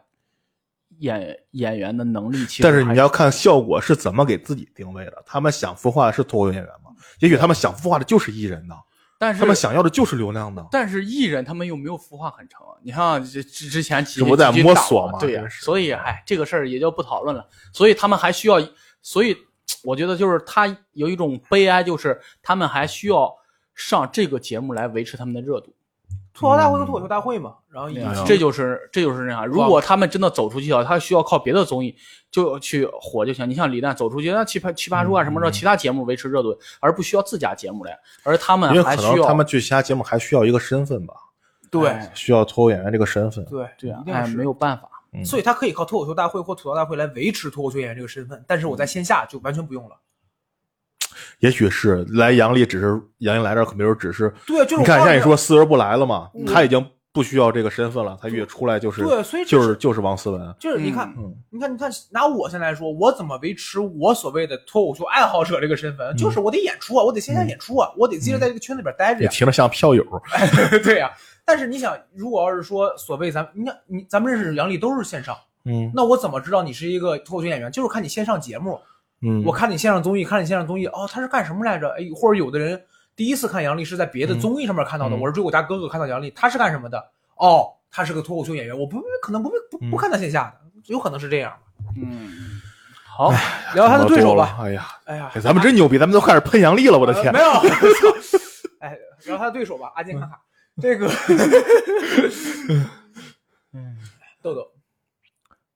演演员的能力，其实但是你还要看效果是怎么给自己定位的。他们想孵化的是脱口秀演员吗？也许他们想孵化的就是艺人呢，但他们是想要的就是流量呢。但是艺人他们又没有孵化很成，你看啊这之之前几这不在几句摸大索话吗对呀、真是所以哎，这个事儿也就不讨论了。所以他哎们还需要，所以我觉得就是他有一种悲哀，就是他们还需要上这个节目来维持他们的热度。吐槽大会和脱口秀大会嘛，然后以呀及这就是这就是那啥。如果他们真的走出去了，他需要靠别的综艺就去火就行。你像李诞走出去，那奇葩奇葩说啊什么的，其他节目维持热度，而不需要自家节目来。而他因为们还可需能要他们去其他节目还需要一个身份吧，对哎需要脱口演员这个身份。对对啊一，定哎，是没有办法。嗯所以他可以靠脱口秀大会或吐槽大会来维持脱口秀演员这个身份，但是我在线下就完全不用了。也许是来杨笠，只是杨笠来这儿，可没准只是对，就是我你看，告诉像你说，思文不来了嘛，他已经不需要这个身份了，他越出来就是对所以哎这就是是就是王思文，就是你看，嗯你看，你看，拿我现在来说，我怎么维持我所谓的脱口秀爱好者这个身嗯份？就是我得演出啊，我得线下演出啊，我得接着在这个圈子里边待着也呀。听着像票友， 对呀、但是你想，如果要是说所谓咱们，你看你咱们认识杨笠都是线上，嗯那我怎么知道你是一个脱口秀演员？就是看你线上节目，嗯，我看你线上综艺，看你线上综艺，哦，他是干什么来着？哎，或者有的人第一次看杨笠是在别的综艺上面看到的，嗯我是追我家哥哥看到杨笠，他是干什么的？哦，他是个脱口秀演员，我不可能不不嗯不看他线下的，有可能是这样。嗯，好， 聊聊他的对手吧。多了，哎呀，哎呀，咱们真牛逼，咱们都开始喷杨笠了，我的呃天 没，有，我操哎，聊他的对手吧，阿金卡卡，这个，嗯，豆豆，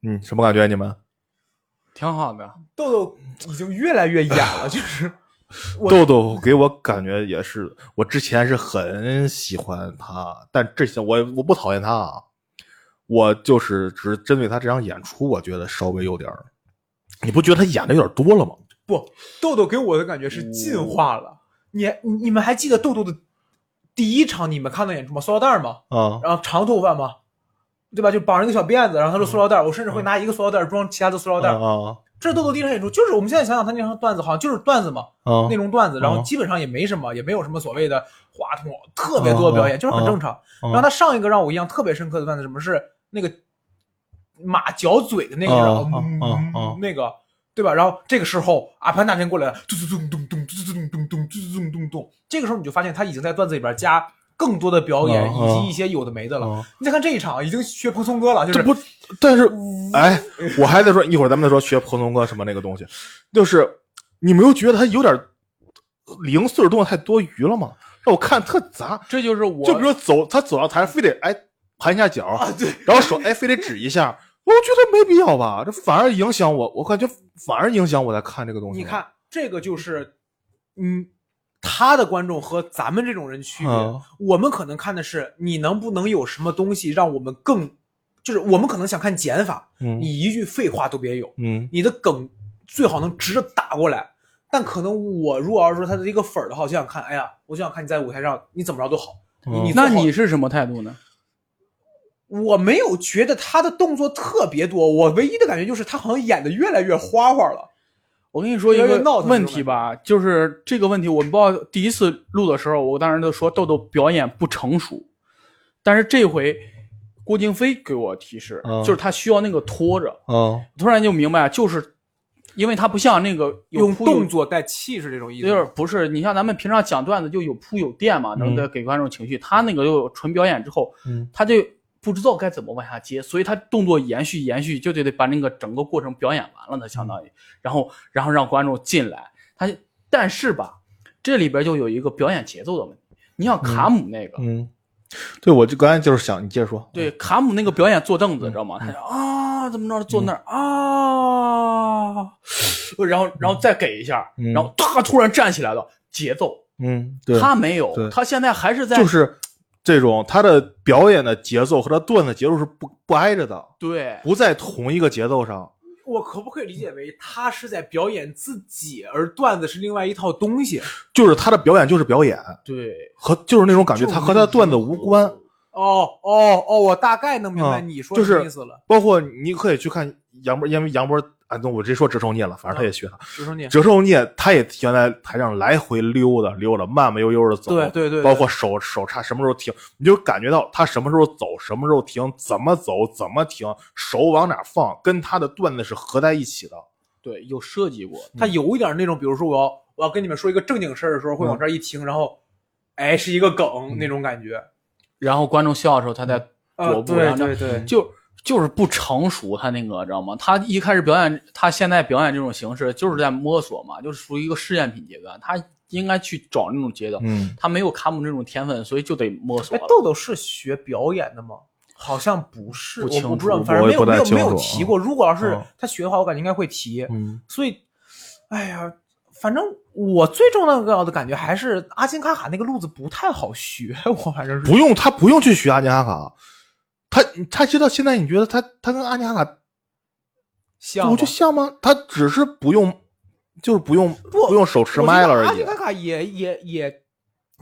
嗯，什么感觉你们？挺好的。豆豆已经越来越演了， 就是我豆豆给我感觉也是，我之前是很喜欢他，但这些我我不讨厌他啊，我就是只针对他这场演出，我觉得稍微有点儿，你不觉得他演的有点多了吗？不，豆豆给我的感觉是进化哦了。你你你们还记得豆豆的第一场你们看的演出吗？塑料袋儿吗？啊，然后长头发吗？对吧？就绑着一个小辫子，然后他说塑料袋儿，我甚至嗯会拿一个塑料袋儿装其他的塑料袋儿。啊这是豆豆第一场演出，就是我们现在想想他那场段子，好像就是段子嘛，啊内容段子，然后嗯基本上也没什么，也没有什么所谓的话筒，特别多的表演，嗯就是很正常。嗯然后他上一个让我印象特别深刻的段子，什么是那个马嚼嘴的那个，嗯然后嗯嗯嗯那个对吧？然后这个时候阿潘大天过来了，嘟嘟咚咚咚嘟嘟咚咚咚嘟嘟咚咚咚，这个时候你就发现他已经在段子里边加更多的表演嗯以嗯及一些有的没的了嗯。你再看这一场，已经学蓬松哥了，就这是不，但是，哎，我还在说一会儿咱们再说学普通歌什么那个东西，就是你没有觉得他有点零碎的东西太多余了吗？让我看特杂，这就是我，就比如说走，他走到台上非得哎盘一下脚，啊，对，然后手哎非得指一下，我觉得没必要吧，这反而影响我，我感觉反而影响我在看这个东西。你，看这个就是，嗯，他的观众和咱们这种人区别，嗯我们可能看的是你能不能有什么东西让我们更，就是我们可能想看减法，嗯你一句废话都别有，嗯你的梗最好能直着打过来。但可能我如果要是说他的一个粉儿的话，我就想看，哎呀，我就想看你在舞台上你怎么着都好。嗯你你那做好你是什么态度呢？我没有觉得他的动作特别多，我唯一的感觉就是他好像演的越来越花花了。我跟你说一有点个闹腾问题吧，就是这个问题，我不知道第一次录的时候，我当时就说豆豆表演不成熟，但是这回郭京飞给我提示，嗯就是他需要那个拖着，嗯突然就明白，啊就是因为他不像那个有用铺有动作带气势这种意思就吗，是不是你像咱们平常讲段子就有铺有垫嘛，能给观众情绪。他那个就纯表演之后，嗯他就不知道该怎么往下接，所以他动作延续延续，就得得把那个整个过程表演完了，他相当于，嗯然后然后让观众进来。他但是吧，这里边就有一个表演节奏的问题。你像卡姆那个，嗯，对，我就刚才就是想你接着说。对卡姆那个表演坐凳嗯子，知道吗？他就啊怎么着坐那儿、啊，然后然后再给一下，嗯然后他突然站起来了，节奏。嗯，对，他没有对，他现在还是在就是这种他的表演的节奏和他段子节奏是不不挨着的，对不在同一个节奏上。我可不可以理解为他是在表演自己，而段子是另外一套东西？就是他的表演就是表演，对，和就是那种感觉，他和他的段子无关。哦哦哦，我大概能明白啊你说就什是么意思了。包括你可以去看杨波，因为杨波，啊，那我直接说折寿孽了，反正他也学他。啊只是你折寿孽他也喜欢在台上来回溜达溜达，慢慢悠悠的走。对对对对包括手手叉什么时候停，你就感觉到他什么时候走，什么时候停，怎么走，怎么停，手往哪放，跟他的段子是合在一起的。对，有设计过。他有一点那种，比如说我要我要跟你们说一个正经事儿的时候，会往这儿一停，然后，哎，是一个嗯梗那种感觉。然后观众笑的时候，他在踱呃，步，然对后对这对，就就是不成熟，他那个知道吗？他一开始表演，他现在表演这种形式就是在摸索嘛，就是属于一个试验品阶段，他应该去找那种节奏。嗯，他没有卡姆这种天分，所以就得摸索哎了。，豆豆是学表演的吗？好像不是，不我清不知楚道，反正我没也有不太没有清没有楚提过。如果要是嗯他学的话，我感觉应该会提。嗯，所以，哎呀，反正我最重要的感觉还是阿金卡卡那个路子不太好学， 我反正是不用他不用去学阿尼哈卡，他他知道现在你觉得他他跟阿尼哈卡像我就像吗？他只是不用，就是不用不用手持麦了而阿已金。卡卡也也也，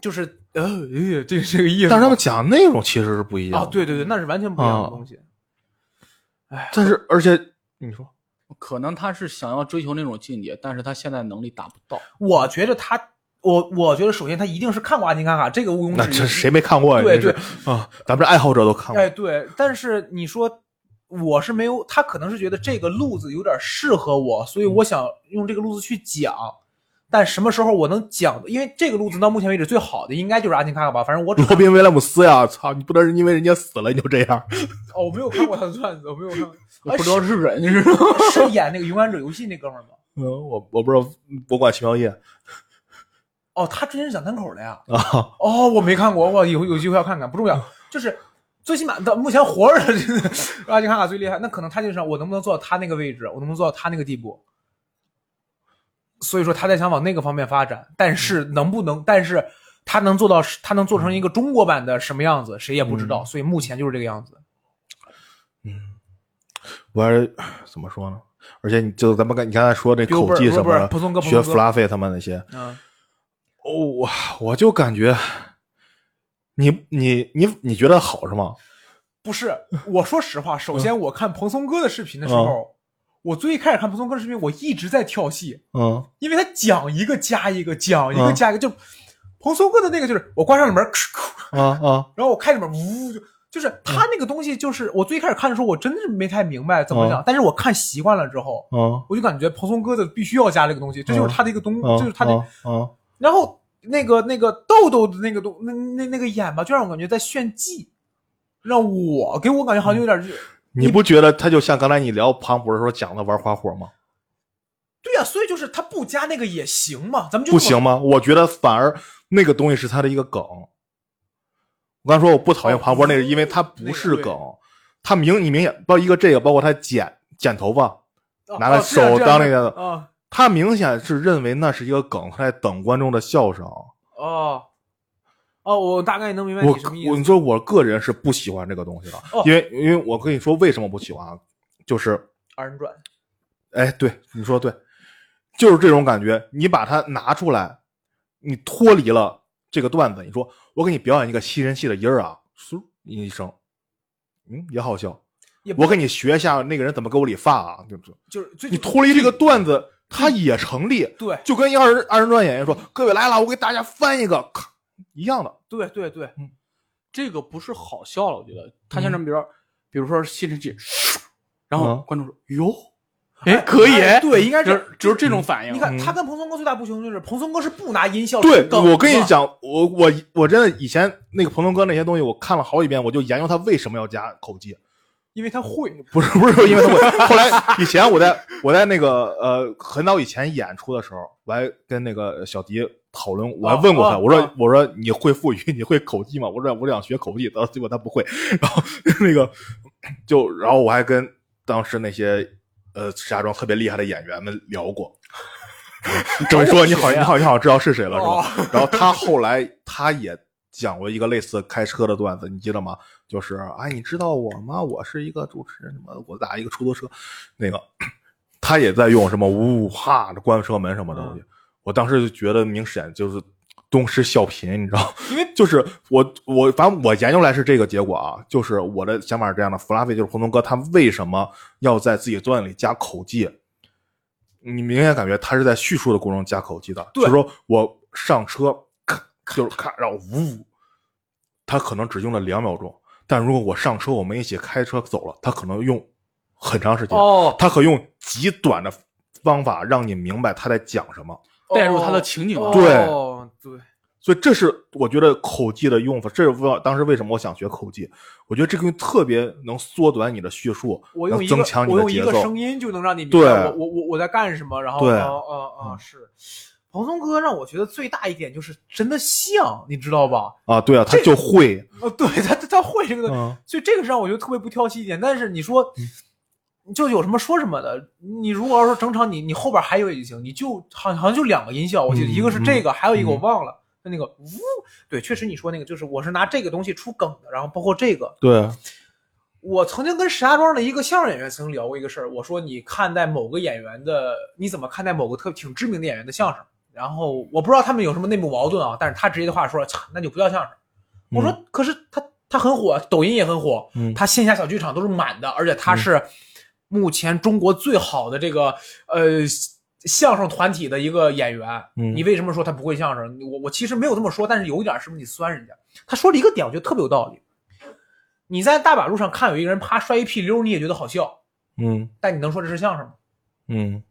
就是呃，呃这是个意思吗。但是他嗯们讲内容其实是不一样啊，的。对对对，那是完全不一样的东西。但是而且你说可能他是想要追求那种境界，但是他现在能力达不到。我觉得他，我我觉得首先他一定是看过《阿金卡卡》，这个毋庸那置疑。这谁没看过呀？嗯对真是啊，咱们这爱好者都看哎，过。对，但是你说我是没有，他可能是觉得这个路子有点适合我，所以嗯我想用这个路子去讲。但什么时候我能讲？因为这个路子到目前为止最好的应该就是阿金卡卡吧，反正 我只罗宾威廉姆斯呀，操！你不能因为人家死了你就这样。哦，我没有看过他的段子，我没有看过。哎我不知道是人是吧？是演那个《勇敢者游戏》那哥们儿吗？嗯，我我不知道博物馆奇妙夜哦，他之前是讲单口的呀。啊，哦，我没看过，我以后有机会要看看，不重要。就是最起码到目前活着的这个阿金卡卡最厉害，那可能他就是我能不能做到他那个位置，我能不能做到他那个地步。所以说他在想往那个方面发展，但是能不能，但是他能做到，他能做成一个中国版的什么样子，谁也不知道。所以目前就是这个样子。我还是怎么说呢？而且你就咱们刚你刚才说这 Bill 口技 Burr，什么 Burr，普通哥的，普学通哥弗拉费他们那些，嗯，哦，我我就感觉，你你你你觉得好是吗？ 不是，我说实话，首先我看蓬松哥的视频的时候，我最开始看蓬松哥的视频，我一直在跳戏。嗯，因为他讲一个加一个，讲一个嗯加一个，就蓬松哥的那个就是我关上了门，咳咳啊啊，然后我开里面，呜就就是嗯他那个东西，就是我最开始看的时候，我真的是没太明白怎么讲，嗯但是我看习惯了之后，嗯，我就感觉蓬松哥的必须要加这个东西，这就是他的一个东，嗯这就是他的。嗯嗯然后那个那个豆豆的那个东那那那个眼吧，就让我感觉在炫技，让我给我感觉好像有点嗯儿。你不觉得他就像刚才你聊庞博的时候讲的玩花火吗？对呀、所以就是他不加那个也行嘛，咱们就不这么行吗？我觉得反而那个东西是他的一个梗。我刚说我不讨厌庞博哦那个，因为他不是那个梗，他明你明显包括一个这个，包括他剪剪头发，啊拿了啊这样手这当样那个这样啊他明显是认为那是一个梗，他在等观众的笑声。哦，哦，我大概能明白我你什么意我思你说我个人是不喜欢这个东西的，哦因为因为我跟你说为什么不喜欢啊，就是二人转，哎，对你说得对，就是这种感觉。你把它拿出来，你脱离了这个段子，你说我给你表演一个吸人气的音儿啊，嗖一声，嗯，也好笑也。不我给你学一下那个人怎么给我理发啊，对不对？就是最你脱离这个段子，它也成立，对就跟一二人二人转演员说：“各位来了，我给大家翻一个，咔，一样的。对对对，这个不是好笑了，我觉得他现在比如说，比如说吸尘器，然后嗯观众说哟，哎可以，哎对应该是就是只有这种嗯反应。你看他跟蓬松哥最大不同就是蓬松哥是不拿音效嗯对，梗我跟你嘛，讲，我我我真的以前那个彭东哥那些东西，我看了好几遍，我就研究他为什么要加口技。因为他会不是不是因为他会。后来以前我在我在那个呃很早以前演出的时候，我还跟那个小迪讨论，我还问过他，哦我说、哦我说你会腹语，你会口技吗？我说我想学口技，到结果他不会。然后那个就然后我还跟当时那些呃石家庄特别厉害的演员们聊过。 这么一说，你哦好，你好，你好，知道是谁了是吧？然后他后来他也讲过一个类似开车的段子，你记得吗？就是哎，你知道我吗？我是一个主持人，什么我打一个出租车，那个他也在用什么呜哈的关车门什么嗯东西。我当时就觉得明显就是东施效颦，你知道吗？因为就是我我反正我研究来是这个结果啊，就是我的想法是这样的：弗拉菲就是红东哥，他为什么要在自己段子里加口技？你明显感觉他是在叙述的过程中加口技的，对就是说我上车，咔，就是咔，然后呜，他可能只用了两秒钟，但如果我上车，我们一起开车走了，他可能用很长时间，哦，他可用极短的方法让你明白他在讲什么。带入他的情景啊对哦对，所以这是我觉得口技的用法，这是我当时为什么我想学口技。我觉得这个东西特别能缩短你的叙述我，用能一个增强你我的用一节个奏。声音就能让你明对白我我我我在干什么，然后对嗯啊啊啊是。蓬松哥让我觉得最大一点就是真的像，你知道吧？啊，对啊，他就会，哦，对他他他会这个东西，嗯，所以这个是让我觉得特别不挑剔一点。但是你说，就有什么说什么的。你如果要是整场你你后边还有也就行，你就好好像就两个音效，我记得嗯一个是这个，还有一个嗯我忘了，就那个呜，对，确实你说那个就是我是拿这个东西出梗的，然后包括这个， 对，我曾经跟石家庄的一个相声演员曾聊过一个事儿，我说你看待某个演员的，你怎么看待某个特挺知名的演员的相声？然后我不知道他们有什么内部矛盾啊，但是他直接的话说，操那就不叫相声。我说，可是他他很火，抖音也很火，嗯他线下小剧场都是满的，而且他是目前中国最好的这个呃相声团体的一个演员。嗯你为什么说他不会相声？我我其实没有这么说，但是有一点是不是你酸人家？他说了一个点，我觉得特别有道理。你在大马路上看有一个人啪摔一屁溜儿，你也觉得好笑，嗯但你能说这是相声吗？嗯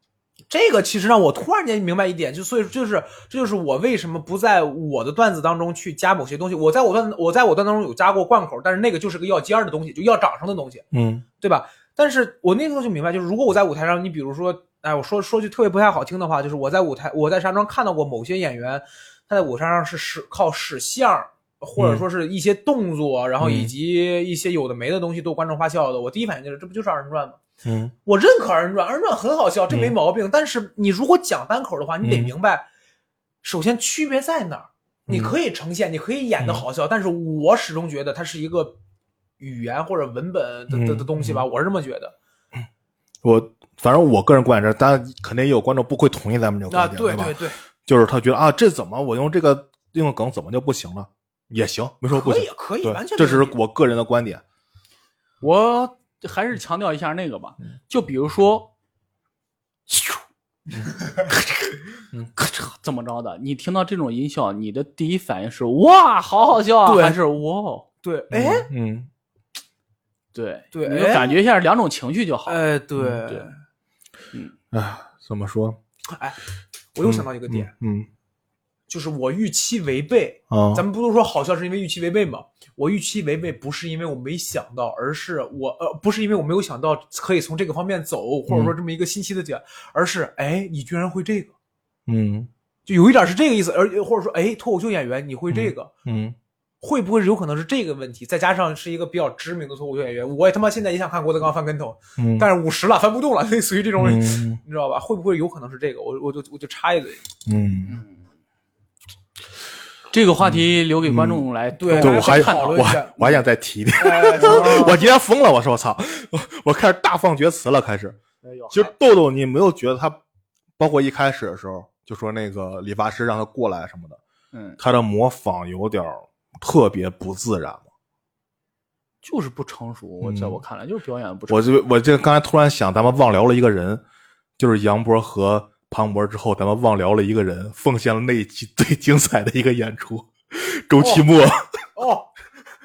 这个其实让我突然间明白一点，就所以就是这就是我为什么不在我的段子当中去加某些东西。我在我段我在我段当中有加过贯口，但是那个就是个要尖儿的东西，就要掌声的东西，嗯对吧？但是我那个时候就明白，就是如果我在舞台上，你比如说，哎，我说说句特别不太好听的话，就是我在舞台我在石家庄看到过某些演员，他在舞台上是使靠使相儿。或者说是一些动作，然后以及一些有的没的东西逗观众发笑的，我第一反应就是这不就是二人转吗？嗯我认可二人转，二人转很好笑，这没毛病。但是你如果讲单口的话，你得嗯明白，首先区别在哪儿？你可以呈现，你可以嗯演的好笑，但是我始终觉得它是一个语言或者文本的的的嗯东西吧，我是这么觉得。我反正我个人观点是，当然肯定也有观众不会同意咱们这个观点，啊对吧对？对，就是他觉得啊，这怎么我用这个用梗怎么就不行了？也行，没说不可行以，可以，对完，全这没只问是题我个人的观点。我还是强调一下那个吧，就比如说，咻，嗯咔嚓怎么着的，你听到这种音效，你的第一反应是哇，好好笑啊，对还是哇？对，哎，嗯，对对你就哎感觉一下两种情绪就好。哎，对嗯对哎、怎么说？我又想到一个点，嗯就是我预期违背，啊，咱们不都说好笑是因为预期违背吗？我预期违背不是因为我没想到，而是我呃不是因为我没有想到可以从这个方面走，或者说这么一个新奇的点，而是哎你居然会这个，嗯就有一点是这个意思，而或者说哎脱口秀演员你会这个。嗯会不会有可能是这个问题？再加上是一个比较知名的脱口秀演员，我也他妈现在也想看郭德纲翻跟头，嗯，但是五十了翻不动了，类似于这种，嗯你知道吧？会不会有可能是这个？我我就我就插一嘴，嗯，这个话题留给观众来对对大家我还再讨论我一下还我还想再提一点， 哎我今天疯了，我说我操，我我开始大放厥词了，开始。其实豆豆，你没有觉得他，包括一开始的时候就说那个理发师让他过来什么的，嗯，他的模仿有点儿特别不自然吗？就是不成熟。我嗯在我看来就是表演得不成我熟。就我这刚才突然想，咱们忘聊了一个人，就是杨波和庞博之后，咱们忘聊了一个人，奉献了那一期最精彩的一个演出，周奇墨。哦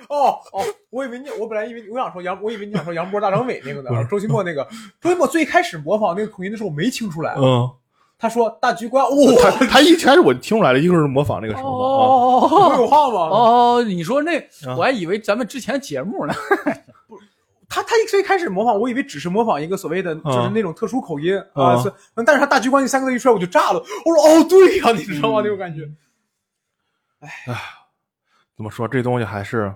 哦哦！我以为你，我本来以为你我想说杨，我以为你想说杨波大张伟那个呢，周奇墨那个。周奇墨最开始模仿那个口音的时候，我没听出来。嗯，他说“大局观”，哦他哇，他一开始我听出来了，一会儿模仿那个什么嘛。啊不哦有话吗？哦，你说那啊我还以为咱们之前节目呢。他他最开始模仿，我以为只是模仿一个所谓嗯的就是那种特殊口音啊啊，所以但是他“大局观”这三个字一出来，我就炸了。我说哦，对呀，你知嗯道吗？那种感觉。怎么说这东西还是，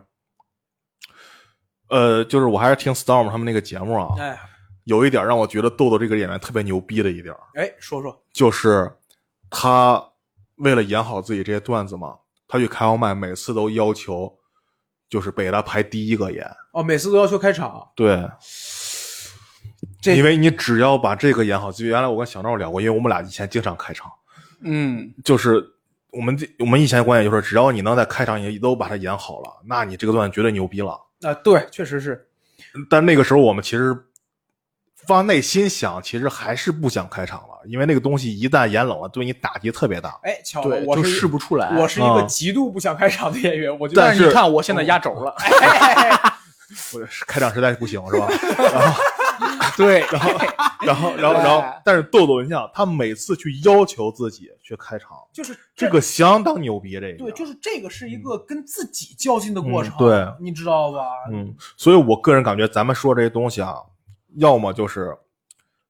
呃，就是我还是听 Storm 他们那个节目啊，哎有一点让我觉得豆豆这个演员特别牛逼的一点儿，哎，说说就是他为了演好自己这些段子嘛，他去开放麦每次都要求就是被他排第一个演，哦，每次都要求开场，对，这因为你只要把这个演好，就原来我跟小赵聊过，因为我们俩以前经常开场，嗯，就是我们这我们以前的观点就是，只要你能在开场也都把它演好了，那你这个段子绝对牛逼了。啊，对，确实是。但那个时候我们其实发内心想，其实还是不想开场了，因为那个东西一旦演冷了，对你打击特别大。哎，巧了对，，我就是试不出来。我是一个啊极度不想开场的演员，我就但哎 但是你是看我现在压轴了。我是开场实在是不行，是吧？ 对，然后，然后，然后，然后，但是豆豆，你想，他每次去要求自己去开场，就是这个相当牛逼，这个对，就是这个是一个跟自己较劲的过程，嗯对，你知道吧？嗯，所以我个人感觉，咱们说这些东西啊，要么就是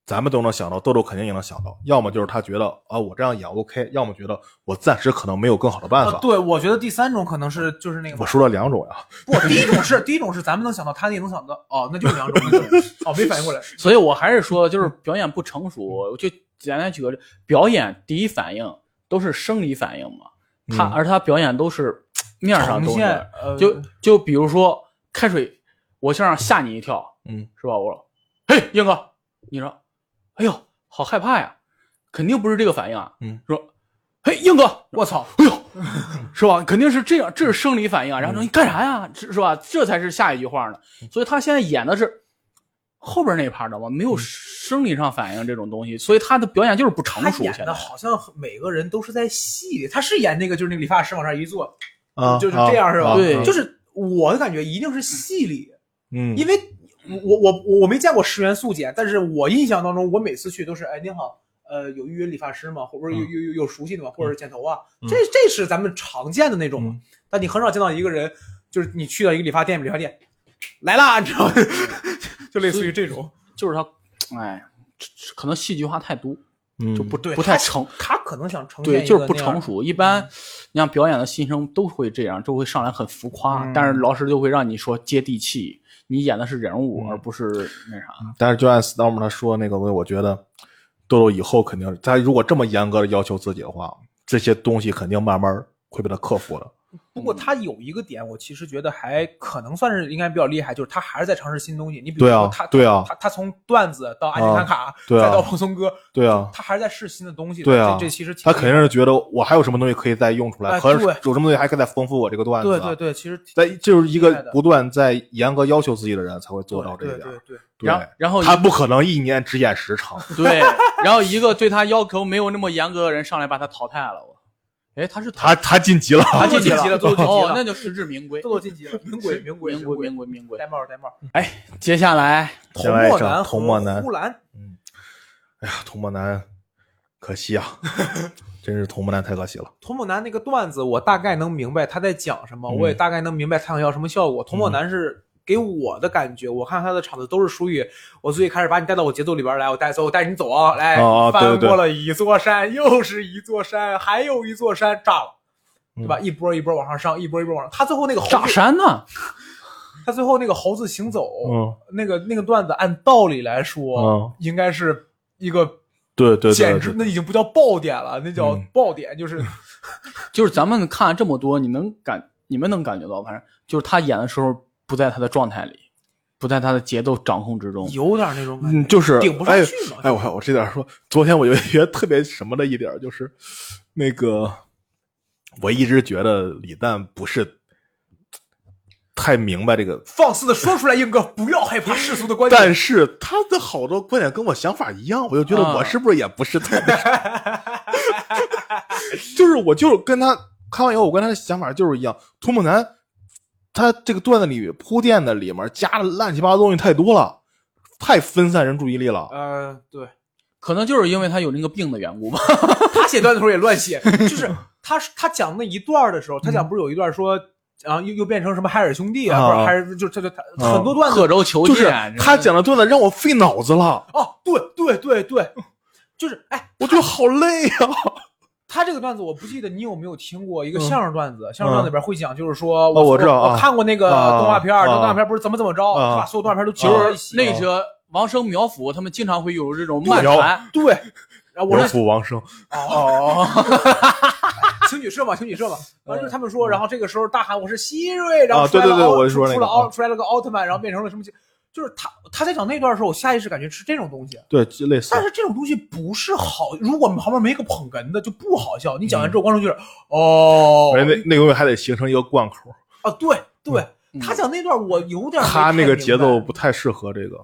咱们都能想到，豆豆肯定也能想到；要么就是他觉得啊，我这样也 OK；要么觉得我暂时可能没有更好的办啊法。，对，我觉得第三种可能是就是那个我说了两种呀、不，第一种是第一种是咱们能想到，他也能想到，哦，那就是两种， 哦，没反应过来， 所以我还是说，就是表演不成熟。我就简单举个例表演，第一反应都是生理反应嘛。他、嗯而他表演都是啊面儿上的呈东西现，呃，就就比如说开水，我想让吓你一跳，嗯，是吧？我说，嘿，英哥，你说，哎呦，好害怕呀，肯定不是这个反应啊。嗯，说，嘿，硬哥，我操，哎呦， 是吧？肯定是这样，这是生理反应啊。嗯然后说你干啥呀？是是吧？这才是下一句话呢。所以他现在演的是后边那一趴，知道吗？没嗯有生理上反应这种东西，所以他的表演就是不成他熟。演现在的好像每个人都是在戏里，他是演那个就是那个理发师往那儿一坐，啊，就是这样是吧？啊对啊就是我的感觉一定是戏里，嗯，因为我我我我没见过十元素简，但是我印象当中，我每次去都是哎您好，呃有预约理发师吗？或者有嗯有有有熟悉的吗？或者是剪头啊？嗯这这是咱们常见的那种嘛。嗯但你很少见到一个人，就是你去到一个理发店，理发店来啦，你知道吗？ 就类似于这种。就是他，哎，这这可能戏剧化太多，嗯就不对不太他成。他可能想呈现对，一就是个不那样嗯成熟。一般，你像表演的新生都会这样，就会上来很浮夸，嗯但是老师就会让你说接地气。你演的是人物，嗯而不是那啥。但是就按 Storm 他说的那个东西，我觉得豆豆以后肯定是，他如果这么严格的要求自己的话，这些东西肯定慢慢会被他克服的。不过他有一个点，我其实觉得还可能算是应该比较厉害，就是他还是在尝试新东西。你比如对啊说他，对啊他他从段子到安迪卡卡，对啊再到蓬松哥，对啊，他还是在试新的东西的。对啊这这其实挺他肯定是觉得我还有什么东西可以再用出来，哎和有对什么东西还可以再丰富我这个段子、对啊。对对，其实挺在就是一厉害个的不断在严格要求自己的人才会做到这对一对点。对对，对然然后他不可能一年只演十 场。对，然后一个对他要求没有那么严格的人上来把他淘汰了。我，哎，他是淘他他晋级了，他晋晋级了级了，最后晋级哦了，那就实至名归豆。豆晋级了，名鬼名鬼名归名归名归戴帽儿戴帽儿，哎，接下来接下童来墨是男和哎童墨男呼兰，哎呀，童漠男，可惜 啊，真是童漠男太可惜了。童墨男那个段子，我大概能明白他在讲什么，嗯我也大概能明白他想要什么效果。童墨男是给我的感觉，我看他的场子都是属于我最开始把你带到我节奏里边来，我带走，我带你走啊，来，哦哦对翻对过了一座山，又是一座山，还有一座山，炸了。嗯对吧？一波一波往上上，一波一波往上。他最后那个猴炸子，山呢？他最后那个猴子行走，嗯，那个那个段子，按道理来说嗯，应该是一个对对对简对直那已经不叫爆点了，那叫嗯爆点，就是就是咱们看了这么多，你能感你们能感觉到，反正就是他演的时候不在他的状态里，不在他的节奏掌控之中。 有点那种感觉。嗯，就是顶不上哎去嘛哎，我还我这点说，昨天我有一觉得特别什么的一点儿就是，那个我一直觉得李诞不是太明白这个，放肆的说出来，硬哥，不要害怕世俗的观点。但是他的好多观点跟我想法一样，我就觉啊得我是不是也不是太， 就是我就是跟他看完以后，我跟他的想法就是一样。涂木南他这个段子里铺垫的里面加的乱七八糟东西太多了，太分散人注意力了。呃，对，可能就是因为他有那个病的缘故吧。他写段子的时候也乱 写，就是他他讲那一段儿的时候，他讲不是有一段说，然后又又变成什么海尔兄弟啊，嗯啊或者还是就他就他啊很多段子 刻舟求就是啊剑，他讲的段子让我费脑子了，哦，对对对对，就是哎，我觉得好累呀、他这个段子我不记得你有没有听过一个相声段子，相声段子里边会讲，就是说嗯哦我知道我啊看过那个啊动画片儿，啊这个动画片儿不是怎么怎么着，啊他把所有动画片儿都集就合在一是起，那个王生、苗阜他们经常会有这种漫对谈。对，然后我我说父王生，哦，请举射嘛，请举射嘛，完就是他们说，然后这个时候大喊我是希瑞，然后嗯啊出来了对对对奥我就说那出个了奥啊出来了个奥特曼，然后变成了什么？就是他他在讲那段的时候，我下意识感觉是这种东西，对，就类似但是这种东西不是好，如果旁边没个捧哏的就不好笑。你讲完之后，观众就是哦，而且嗯哎那那个东西还得形成一个贯口，啊，对对，嗯他讲那段我有点没他太那个节明白奏不太适合这个。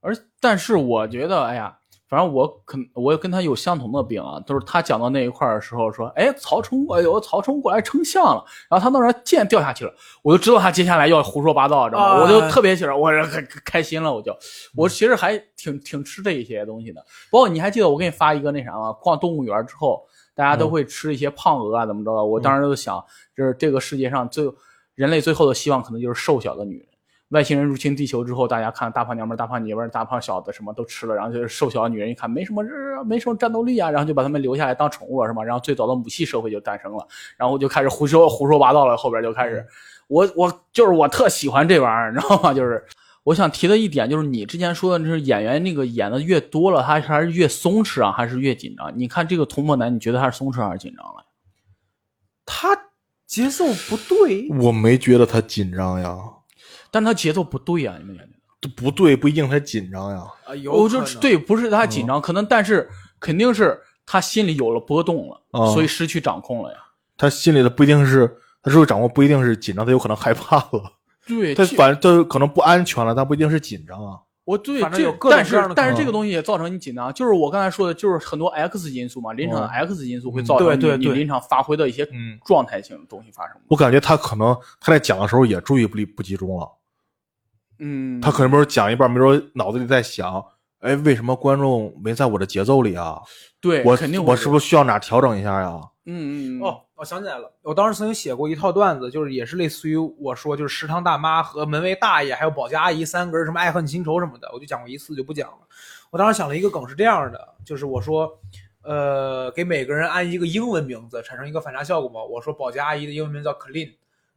而但是我觉得，哎呀，反正我肯我跟他有相同的病啊，就是他讲到那一块儿的时候说，哎，曹冲过，哎呦，曹冲过来丞相了，然后他那儿剑掉下去了，我就知道他接下来要胡说八道，知道吗？啊我就特别喜欢，我开开心了，我就我其实还挺挺吃这一些东西的，包括你还记得我给你发一个那啥吗？逛动物园之后，大家都会吃一些胖鹅啊，怎么着的？我当时就想，就是这个世界上最人类最后的希望，可能就是瘦小的女人。外星人入侵地球之后，大家看大胖娘们儿、大胖爷们儿、大胖小子什么都吃了，然后就是瘦小的女人一看没什么呃没什么战斗力啊，然后就把他们留下来当宠物了，是吗？然后最早的母系社会就诞生了，然后就开始胡说胡说八道了，后边就开始，我我就是我特喜欢这玩意儿，你知道吗？就是我想提的一点就是你之前说的，就是演员那个演的越多了，他还是越松弛啊，还是越紧张？你看这个童漠男，你觉得他是松弛还是紧张了？他节奏不对，我没觉得他紧张呀，但他节奏不对啊，你们感觉？这不对，不一定他紧张呀。啊，有嗯我就是对，不是他紧张，可能但是肯定是他心里有了波动了，哦所以失去掌控了呀。他心里的不一定是他社会掌握，不一定是紧张，他有可能害怕了，对，他这反正他可能不安全了，但不一定是紧张啊。我对反正这有各种但各样是的但可是能这个东西也造成你紧张，就是我刚才说的，就是很多 X 因素嘛，临场的 X 因素会造成你,、对对你对临场发挥的一些嗯状态性的东西发生。我感觉他可能他在讲的时候也注意力不集中了，嗯，他可能比如讲一半，没准脑子里在想，哎，为什么观众没在我的节奏里啊？对我肯定我是是不是需要哪调整一下呀？嗯嗯嗯哦，我想起来了，我当时曾经写过一套段子，就是也是类似于我说，就是食堂大妈和门卫大爷还有保洁阿姨三个人什么爱恨情仇什么的，我就讲过一次就不讲了。我当时想了一个梗是这样的，就是我说，呃，给每个人安一个英文名字，产生一个反差效果嘛。我说保洁阿姨的英文名叫 clean，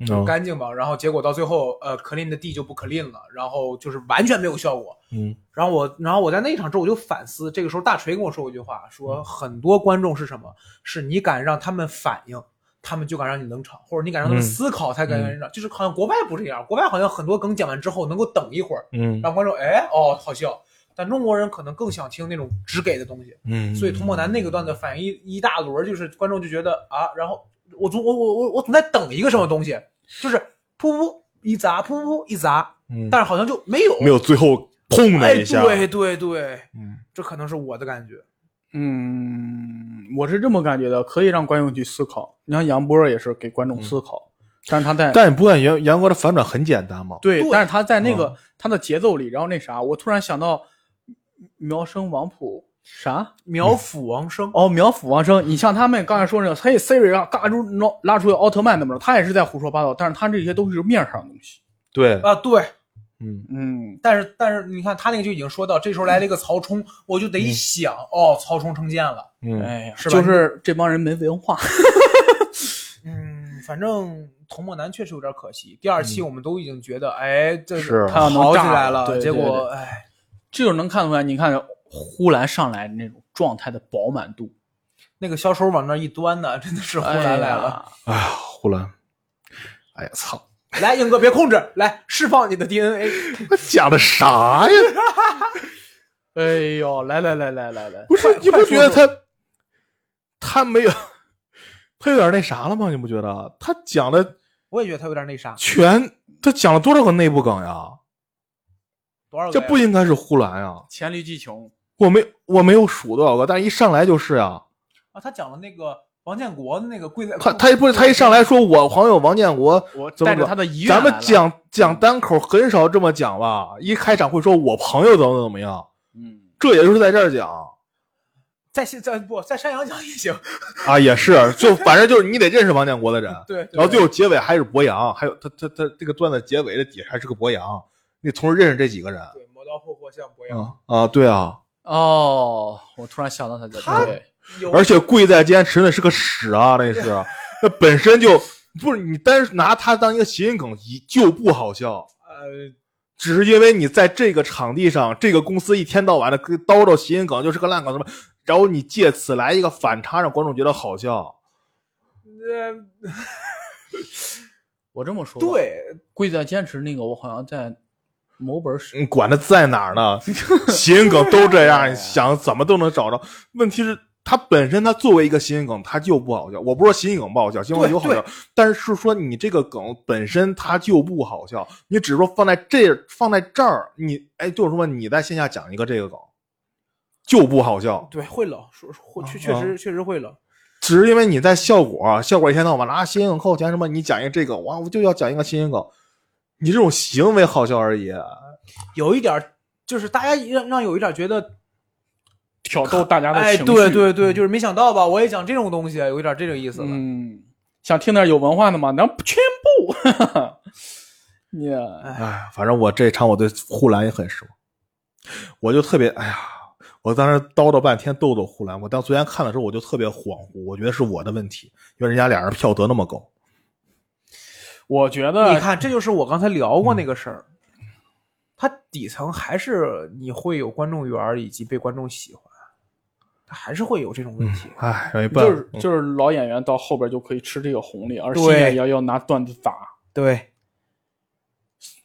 就嗯干净嘛。然后结果到最后，呃，clean 的地就不 clean 了，然后就是完全没有效果。嗯然后我，然后我在那一场之后，我就反思，这个时候大锤跟我说过一句话，嗯说很多观众是什么？是你敢让他们反应，他们就敢让你冷场，或者你敢让他嗯们思考才敢让你冷场。就是好像国外不这样，国外好像很多梗讲完之后能够等一会儿，嗯让观众哎哦好笑。但中国人可能更想听那种只给的东西，嗯，所以童漠南那个段子反应一一大轮，就是观众就觉得啊，然后我总我我我我总在等一个什么东西，就是噗噗一砸，噗噗一砸，嗯但是好像就没有没有最后砰哎，的一下，对对对，嗯这可能是我的感觉。嗯，我是这么感觉的，可以让观众去思考。你像杨波也是给观嗯众思考，但是他在但你不感觉杨杨哥的反转很简单吗？对，嗯对但是他在那个、他的节奏里，然后那啥，我突然想到苗生王普啥嗯苗阜王声，哦，苗阜王生，你像他们刚才说那个，嘿 Siri 啊，嘎出拉拉出奥特曼那么着，他也是在胡说八道，但是他这些都是面上的东西。对，啊，对，嗯，嗯，但是但是你看他那个就已经说到，这时候来了一个曹冲，我就得想，哦，曹冲称剑了。嗯哎呀，是吧就是这帮人没文化。 嗯，反正童漠南确实有点可惜。第二期我们都已经觉得，哎，这嗯是他好起来对了，对结果对哎，这就能看出来，你看呼兰上来那种状态的饱满度，那个小手往那一端呢，真的是胡哎呀来来了。哎呀，呼兰，哎呀操，来，英哥别控制，来释放你的 DNA，他讲的啥呀？哎呦，来来来来来来，不是，你不快觉得说他他没有他有点那啥了吗？你不觉得他讲的 我也觉得他有点那啥，全他讲了多少个内部梗呀？多少个这呀不应该是呼兰呀！黔驴技穷，我没我没有数多少个，但是一上来就是啊，啊？他讲了那个王建国的那个跪在他他不是他一上来说我黄友王建国我怎么带着他的遗愿咱们来了，嗯讲讲单口很少这么讲吧，一开场会说我朋友怎么怎么样，嗯，这也就是在这儿讲在现在不在山羊讲也行，啊，也是， 就反正就是你得认识王建国的人，对，对然后最后结尾还是博洋，还有他他他这个段子结尾的底还是个博洋，你同时认识这几个人，对磨刀霍霍向博阳，啊啊，对啊，哦，我突然想到他在他对，有而且跪在坚持那是个屎啊，那 是，那本身就不是你单拿它当一个谐音梗一就不好笑，呃，只是因为你在这个场地上，这个公司一天到晚的叨叨谐音梗，就是个烂梗什么，然后你借此来一个反差，让观众觉得好笑。呃我这么说吧，对，贵在坚持那个，我好像在某本史，你管他在哪儿 呢，谐音梗都这样，你想怎么都能找着。问题是，它本身它作为一个谐音梗，它就不好笑。我不是说谐音梗不好笑，谐音梗有好笑对，但是是说你这个梗本身它就不好笑。你只是说放在这放在这儿，你哎，就是说你在线下讲一个这个梗就不好笑，对会冷，说会确啊确实确实会冷，只是因为你在效果，效果一天到晚拿谐音梗扣钱什么，你讲一个这个，哇，我就要讲一个谐音梗，你这种行为好笑而已。啊有一点儿就是大家让让有一点儿觉得，挑逗大家哎，对对对，就是没想到吧，我也讲这种东西，啊有一点儿这个意思了。嗯，想听点有文化的吗？咱全部， 你哎，反正我这一场我对护栏也很失望，我就特别哎呀，我当时叨叨半天豆豆护栏，我当昨天看的时候我就特别恍惚，我觉得是我的问题，因为人家俩人票得那么高，我觉呃你得看，这就是我刚才聊过那个事儿，它底层还是你会有观众缘儿以及被观众喜欢，它还是会有这种问题。哎，没办法，就是就是老演员到后边就可以吃这个红利，而嗯对新演员要拿段子砸。对，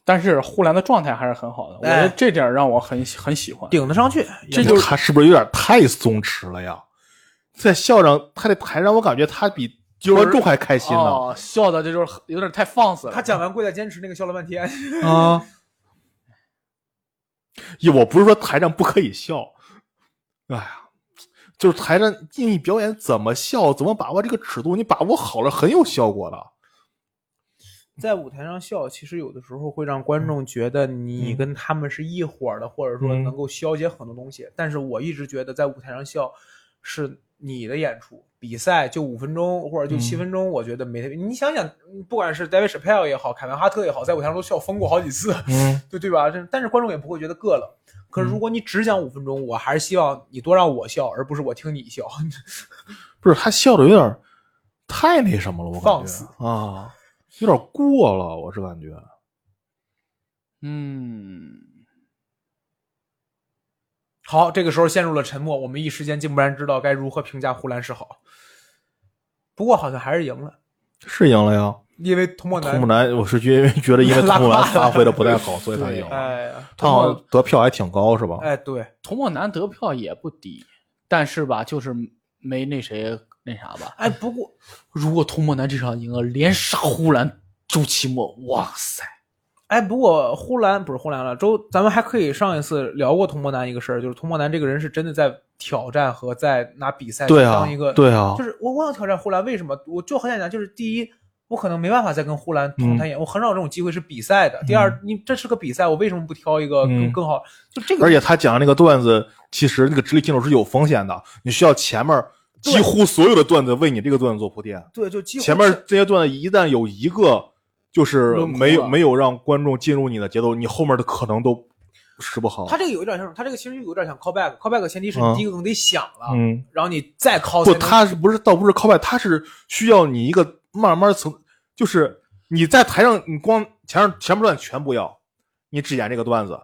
但是呼兰的状态还是很好的，我觉得哎这点让我很很喜欢。顶得上去，这也就是他是不是有点太松弛了呀？在笑上，他的台上，我感觉他比是观众还开心呢。哦，笑的这就是有点太放肆了。他讲完跪在坚持那个笑了半天，啊，也我不是说台上不可以笑，哎呀，就是台上你表演怎么笑，怎么把握这个尺度，你把握好了很有效果的。在舞台上笑，其实有的时候会让观众觉得你嗯跟他们是一伙儿的，或者说嗯能够消解很多东西。但是我一直觉得在舞台上笑是你的演出，比赛就五分钟或者就七嗯分钟，我觉得没太。你想想，不管是 David s h a p p e l 也好，凯文哈特也好，在舞台上都笑疯过好几次， 嗯，对对吧？这但是观众也不会觉得膈了。可是如果你只讲五分钟，我还是希望你多让我笑，而不是我听你笑。 不是他笑的有点儿太那什么了，我感放觉肆啊，有点过了，我是感觉。嗯，好，这个时候陷入了沉默，我们一时间竟不然知道该如何评价呼兰是好。不过好像还是赢了，是赢了呀，因为童梦图姆楠，南，我是觉得觉得 因为图姆南发挥的不太好，所以他赢了。哎呀，他好像得票还挺高，是吧？哎，对，童梦楠得票也不低，但是吧，就是没那谁那啥吧。哎，不过如果童梦楠这场赢了，连杀呼兰、周奇墨，哇塞！哎，不过呼兰不是呼兰了，周，咱们还可以上一次聊过童梦楠一个事儿，就是童梦楠这个人是真的在挑战和在拿比赛对啊当一个，，对啊就，是我我想挑战呼兰，为什么？我就很简单，就是第一。我可能没办法再跟呼兰同嗯台演，我很少有这种机会是比赛的。第二，你这是个比赛，我为什么不挑一个更、嗯更好？就 这个，而且他讲的那个段子，其实那个直立竞走是有风险的，你需要前面几乎所有的段子为你这个段子做铺垫。对，就几乎前是面这些段子一旦有一个就是轮廓没有了没有让观众进入你的节奏，你后面的可能都使不好他。这个有一点像什么？他这个其实有点像 callback。callback 前提是嗯你第一个可能得想了，嗯，然后你再 call 才不，能。他是不是倒不是 callback，他是需要你一个慢慢从，就是你在台上你光前面前面段全不要，你只演这个段子，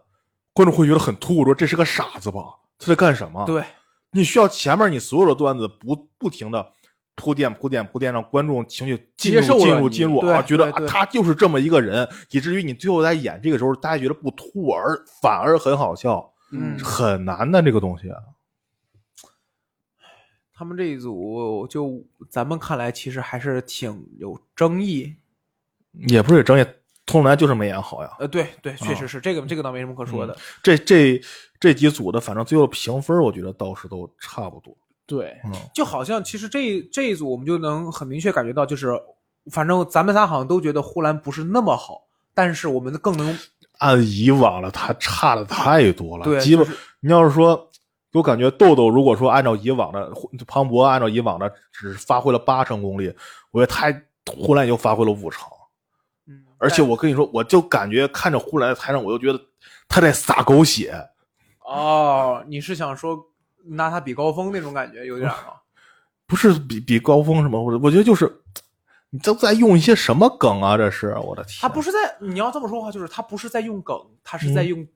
观众会觉得很突兀，说这是个傻子吧？他在干什么？对你需要前面你所有的段子不不停的铺垫铺垫铺垫，让观众情绪进入接受了进入你进入对啊，觉得对啊对他就是这么一个人，以至于你最后在演这个时候，大家觉得不突兀，而反而很好笑，嗯很难的这个东西。他们这一组，就咱们看来其实还是挺有争议。也不是有争议，通南就是没演好呀。呃，对对，确嗯实是、这个，这个倒没什么可说的。这这这几组的，反正最后评分，我觉得倒是都差不多。对，就好像其实这这一组我们就能很明确感觉到，就是反正咱们仨好像都觉得呼兰不是那么好，但是我们更能按以往了，他差的太多了，对基本就你要是说，我感觉豆豆如果说按照以往的庞博按照以往的只发挥了八成功力，我觉得他呼兰也就发挥了五成，嗯，而且我跟你说，我就感觉看着呼兰在台上，我就觉得他在撒狗血，哦，你是想说拿他比高峰那种感觉有点儿啊吗？不是比比高峰什么，我我觉得就是你都在用一些什么梗啊？这是我的天，他不是在你要这么说的话，就是他不是在用梗，他是在嗯用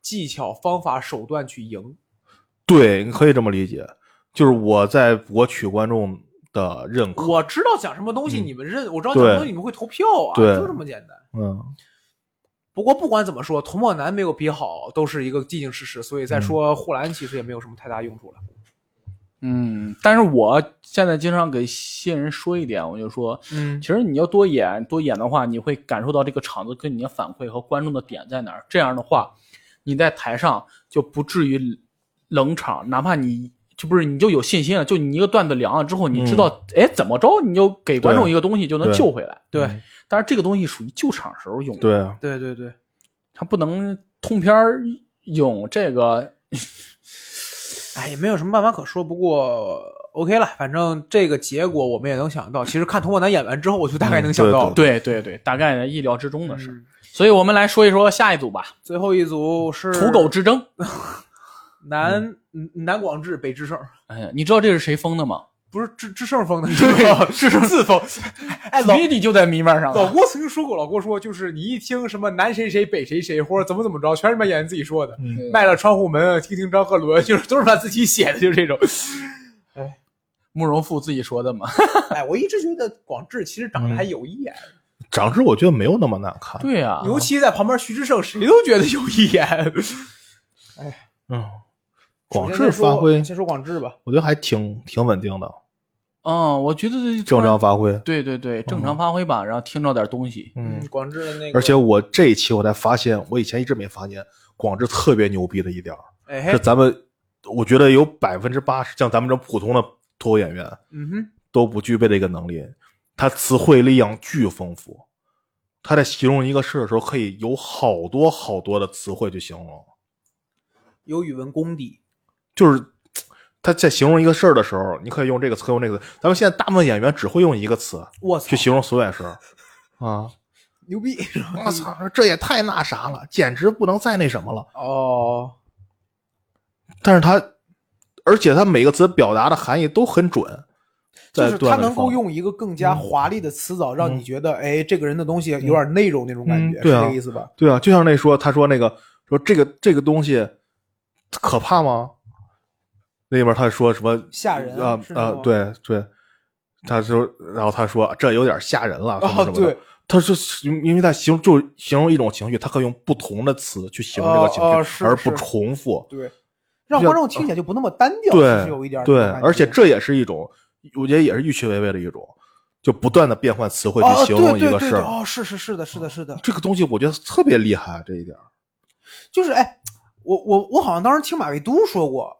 技巧、方法、手段去赢。对，你可以这么理解，就是我在博取观众的认可，我知道讲什么东西，嗯你们认；我知道讲什么东西，对你们会投票啊，对就这么简单。嗯。不过不管怎么说，童梦楠没有比好，都是一个既定事实，所以再说护栏其实也没有什么太大用处了。嗯，但是我现在经常给新人说一点，我就说，嗯其实你要多演多演的话，你会感受到这个场子跟你的反馈和观众的点在哪儿。这样的话，你在台上就不至于冷场，哪怕你就不是你就有信心了，就你一个段子凉了之后，你知道哎、怎么着，你就给观众一个东西就能对救回来。对但是这个东西属于救场时候用的，对，啊对对对，它不能通篇儿用这个。哎，也没有什么办法可说。不过 OK 了，反正这个结果我们也能想到。其实看童梦楠演完之后，我就大概能想到了。嗯对对对，大概意料之中的事。嗯所以我们来说一说下一组吧，最后一组是土狗之争。南嗯南广智北智胜。哎，你知道这是谁封的吗？不是智智胜 封的，是吧？智胜自封。哎，老所以你就在迷面上老了。郭曾经说过，老郭说就是你一听什么南谁谁北谁谁，或者怎么怎么着，全是他妈演员自己说的。嗯卖了窗户门，听听张鹤伦，就是都是他自己写的，就是这种。慕容复自己说 的嘛。 哎，我一直觉得广智其实长得还有一眼，长知我觉得没有那么难看。对呀、啊，嗯尤其在旁边徐志胜，谁都觉得有一眼。嗯， 广首先智先发说挥，先说广智吧。我觉得还挺挺稳定的，嗯，我觉得正常，发挥。对对对，正常发挥吧，然后听着点东西。嗯，，广智的那个，而且我这一期我才发现，我以前一直没发现广智特别牛逼的一点儿哎是嘿，咱们，我觉得有百分之八十像咱们这种普通的脱口演员嗯哼，都不具备的一个能力，他词汇量巨丰富，他在形容一个事的时候可以有好多好多的词汇去形容，有语文功底，就是。他在形容一个事儿的时候，你可以用这个词，用那个词。咱们现在大部分演员只会用一个词我操去，形容所有事儿，啊！牛逼！我操，这也太那啥了，简直不能再那什么了。哦，但是他，而且他每个词表达的含义都很准，就在是段他位能够方嗯用一个更加华丽的词藻，让你觉得，哎，这个人的东西有点内容那种感觉，嗯是对啊这个意思吧？对啊，就像那说，他说那个说这个这个东西可怕吗？那边他说什么吓人啊是啊吗？，对对，他说，然后他说这有点吓人了，什么啊，什么的。对，他是因为他形容就形容一种情绪，他可以用不同的词去形容这个情绪，哦哦是而不是重复。对，让观众听起来就不那么单调，呃对，其实有一点儿对，那种感觉而且这也是一种，我觉得也是预期违背的一种，就不断的变换词汇哦，去形容对一对个对事对，儿。嗯哦，是是是的，是的，是的，这个东西我觉得特别厉害，这一点儿。就是哎，我我我好像当时听马未都说过，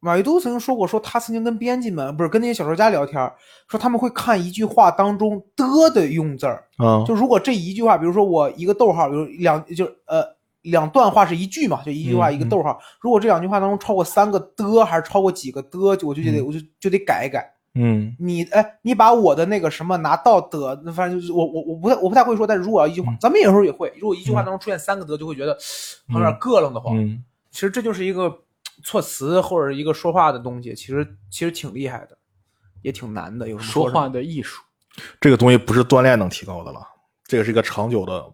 马未都曾经说过，说他曾经跟编辑们不是跟那些小说家聊天儿，说他们会看一句话当中的的用字儿，啊，就如果这一句话，比如说我一个逗号，比如两就是呃。两段话是一句嘛，就一句话嗯一个逗号。如果这两句话当中超过三个的，还是超过几个的，就我就觉得、嗯我就就得改一改。嗯你哎，你把我的那个什么拿到的，那反正就是我我我不太我不太会说，但是如果要一句嗯话，咱们有时候也会，如果一句话当中出现三个的，就会觉得好像有点膈楞的慌。嗯，其实这就是一个措辞或者一个说话的东西，其实其实挺厉害的，也挺难的。有什么嗯说什么话的艺术，这个东西不是锻炼能提高的了，这个是一个长久的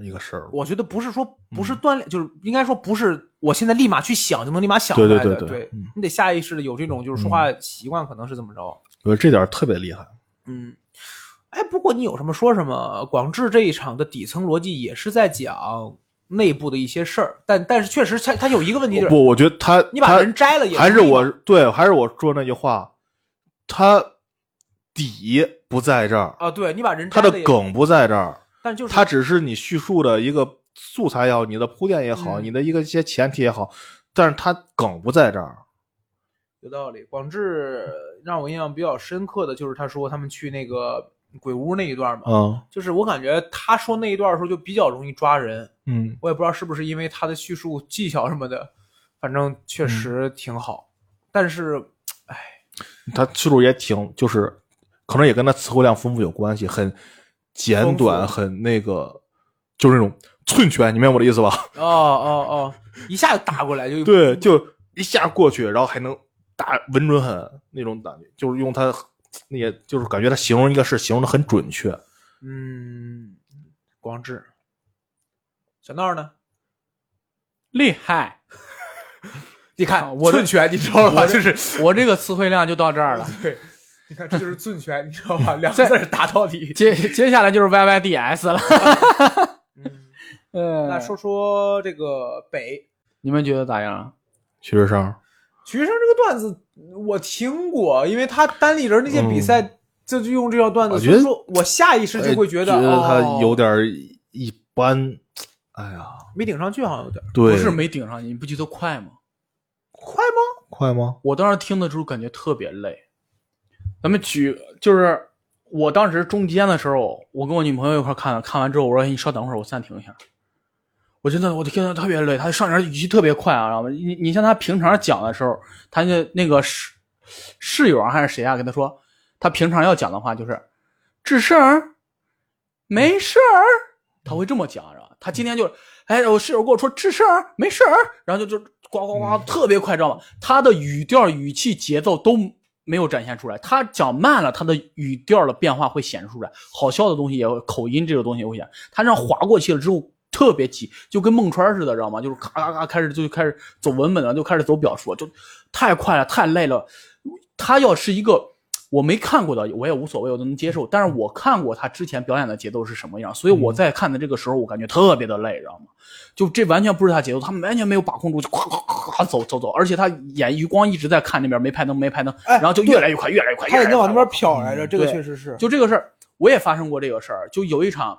一个事儿。我觉得不是说不嗯是锻炼，就是应该说不是我现在立马去想就能立马想出对来对的。对对嗯你得下意识的有这种就是说话习惯，可能是怎么着？我觉得这点儿特别厉害。嗯，哎，不过你有什么说什么。广智这一场的底层逻辑也是在讲内部的一些事儿，但但是确实他他有一个问题就是，不，我觉得他你把人摘了也他还是是内我对，还是我说那句话，他底不在这儿，啊，对你把人摘他了的也，梗不在这儿，但就是它只是你叙述的一个素材也好，你的铺垫也好，嗯你的一个一些前提也好，但是它梗不在这儿。有道理。广智让我印象比较深刻的就是他说他们去那个鬼屋那一段嘛，嗯就是我感觉他说那一段的时候就比较容易抓人，嗯，我也不知道是不是因为他的叙述技巧什么的，反正确实挺好。但是，哎，它叙述也挺，就是可能也跟它词汇量丰富有关系，很简短，丰富很那个，就是那种寸拳，你明白我的意思吧？ 哦哦哦，一下就打过来就对，就一下过去，然后还能打稳准狠那种感觉，就是用它，那也就是感觉它形容一个事形容的很准确。嗯，广智，小闹呢？厉害。你啊看我的寸拳，你知道吧？就是 我这个词汇量就到这儿了。对，你看这就是寸拳，你知道吧？两个字儿打到底。接接下来就是 Y Y D S 了。嗯嗯那说说这个北你们觉得咋样？徐志胜，徐生这个段子，我听过，因为他单立人那些比赛，这就用这条段子，我所觉得呃以说我下意识就会觉得，哎觉得他哦有点儿一般。哎呀，没顶上去，好像有点对，不是没顶上去，你不觉得快吗？快吗？快吗？我当时听的时候感觉特别累。咱们举就是我当时中间的时候，我跟我女朋友一块儿看的，看完之后我说：“哎你稍等会儿，我暂停一下。”我真的我听得特别累，他上来语气特别快啊，然后你你像他平常讲的时候，他就那个室室友啊还是谁啊跟他说，他平常要讲的话就是吱声儿，没事儿，他会这么讲着。他今天就是，哎，我室友跟我说吱声儿，没事儿，然后就就呱呱呱，特别快，知道吗？他的语调、语气、节奏都没有展现出来。他讲慢了，他的语调的变化会显示出来，好笑的东西也会，口音这个东西也会显。他这样划过去了之后。特别急，就跟孟川似的，知道吗？就是咔咔咔开始啊就开始走文本了，就开始走表述，就太快了，太累了。他要是一个我没看过的，我也无所谓，我都能接受。但是我看过他之前表演的节奏是什么样，所以嗯我在看的这个时候，我感觉特别的累，知道吗？就这完全不是他节奏，他完全没有把控住，就咵咵咵咵走走走，而且他眼余光一直在看那边，没拍灯，没拍灯，哎然后就越来越快，越来越快，他越眼睛来越往快那边瞟来着，这个对确实是。就这个事儿，我也发生过这个事儿。就有一场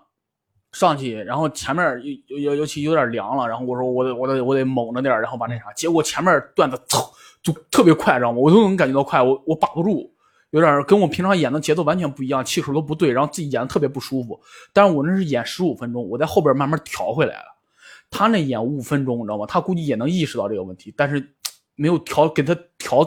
上去，然后前面儿尤尤尤其有点凉了，然后我说我得我得我得猛着点儿，然后把那啥，结果前面儿段子操就特别快，知道吗？我都能感觉到快，我我把不住。有点儿跟我平常演的节奏完全不一样，气口都不对，然后自己演的特别不舒服。但是我那是演十五分钟，我在后边慢慢调回来了。他那演五分钟，你知道吗？他估计也能意识到这个问题，但是嘖没有调给他调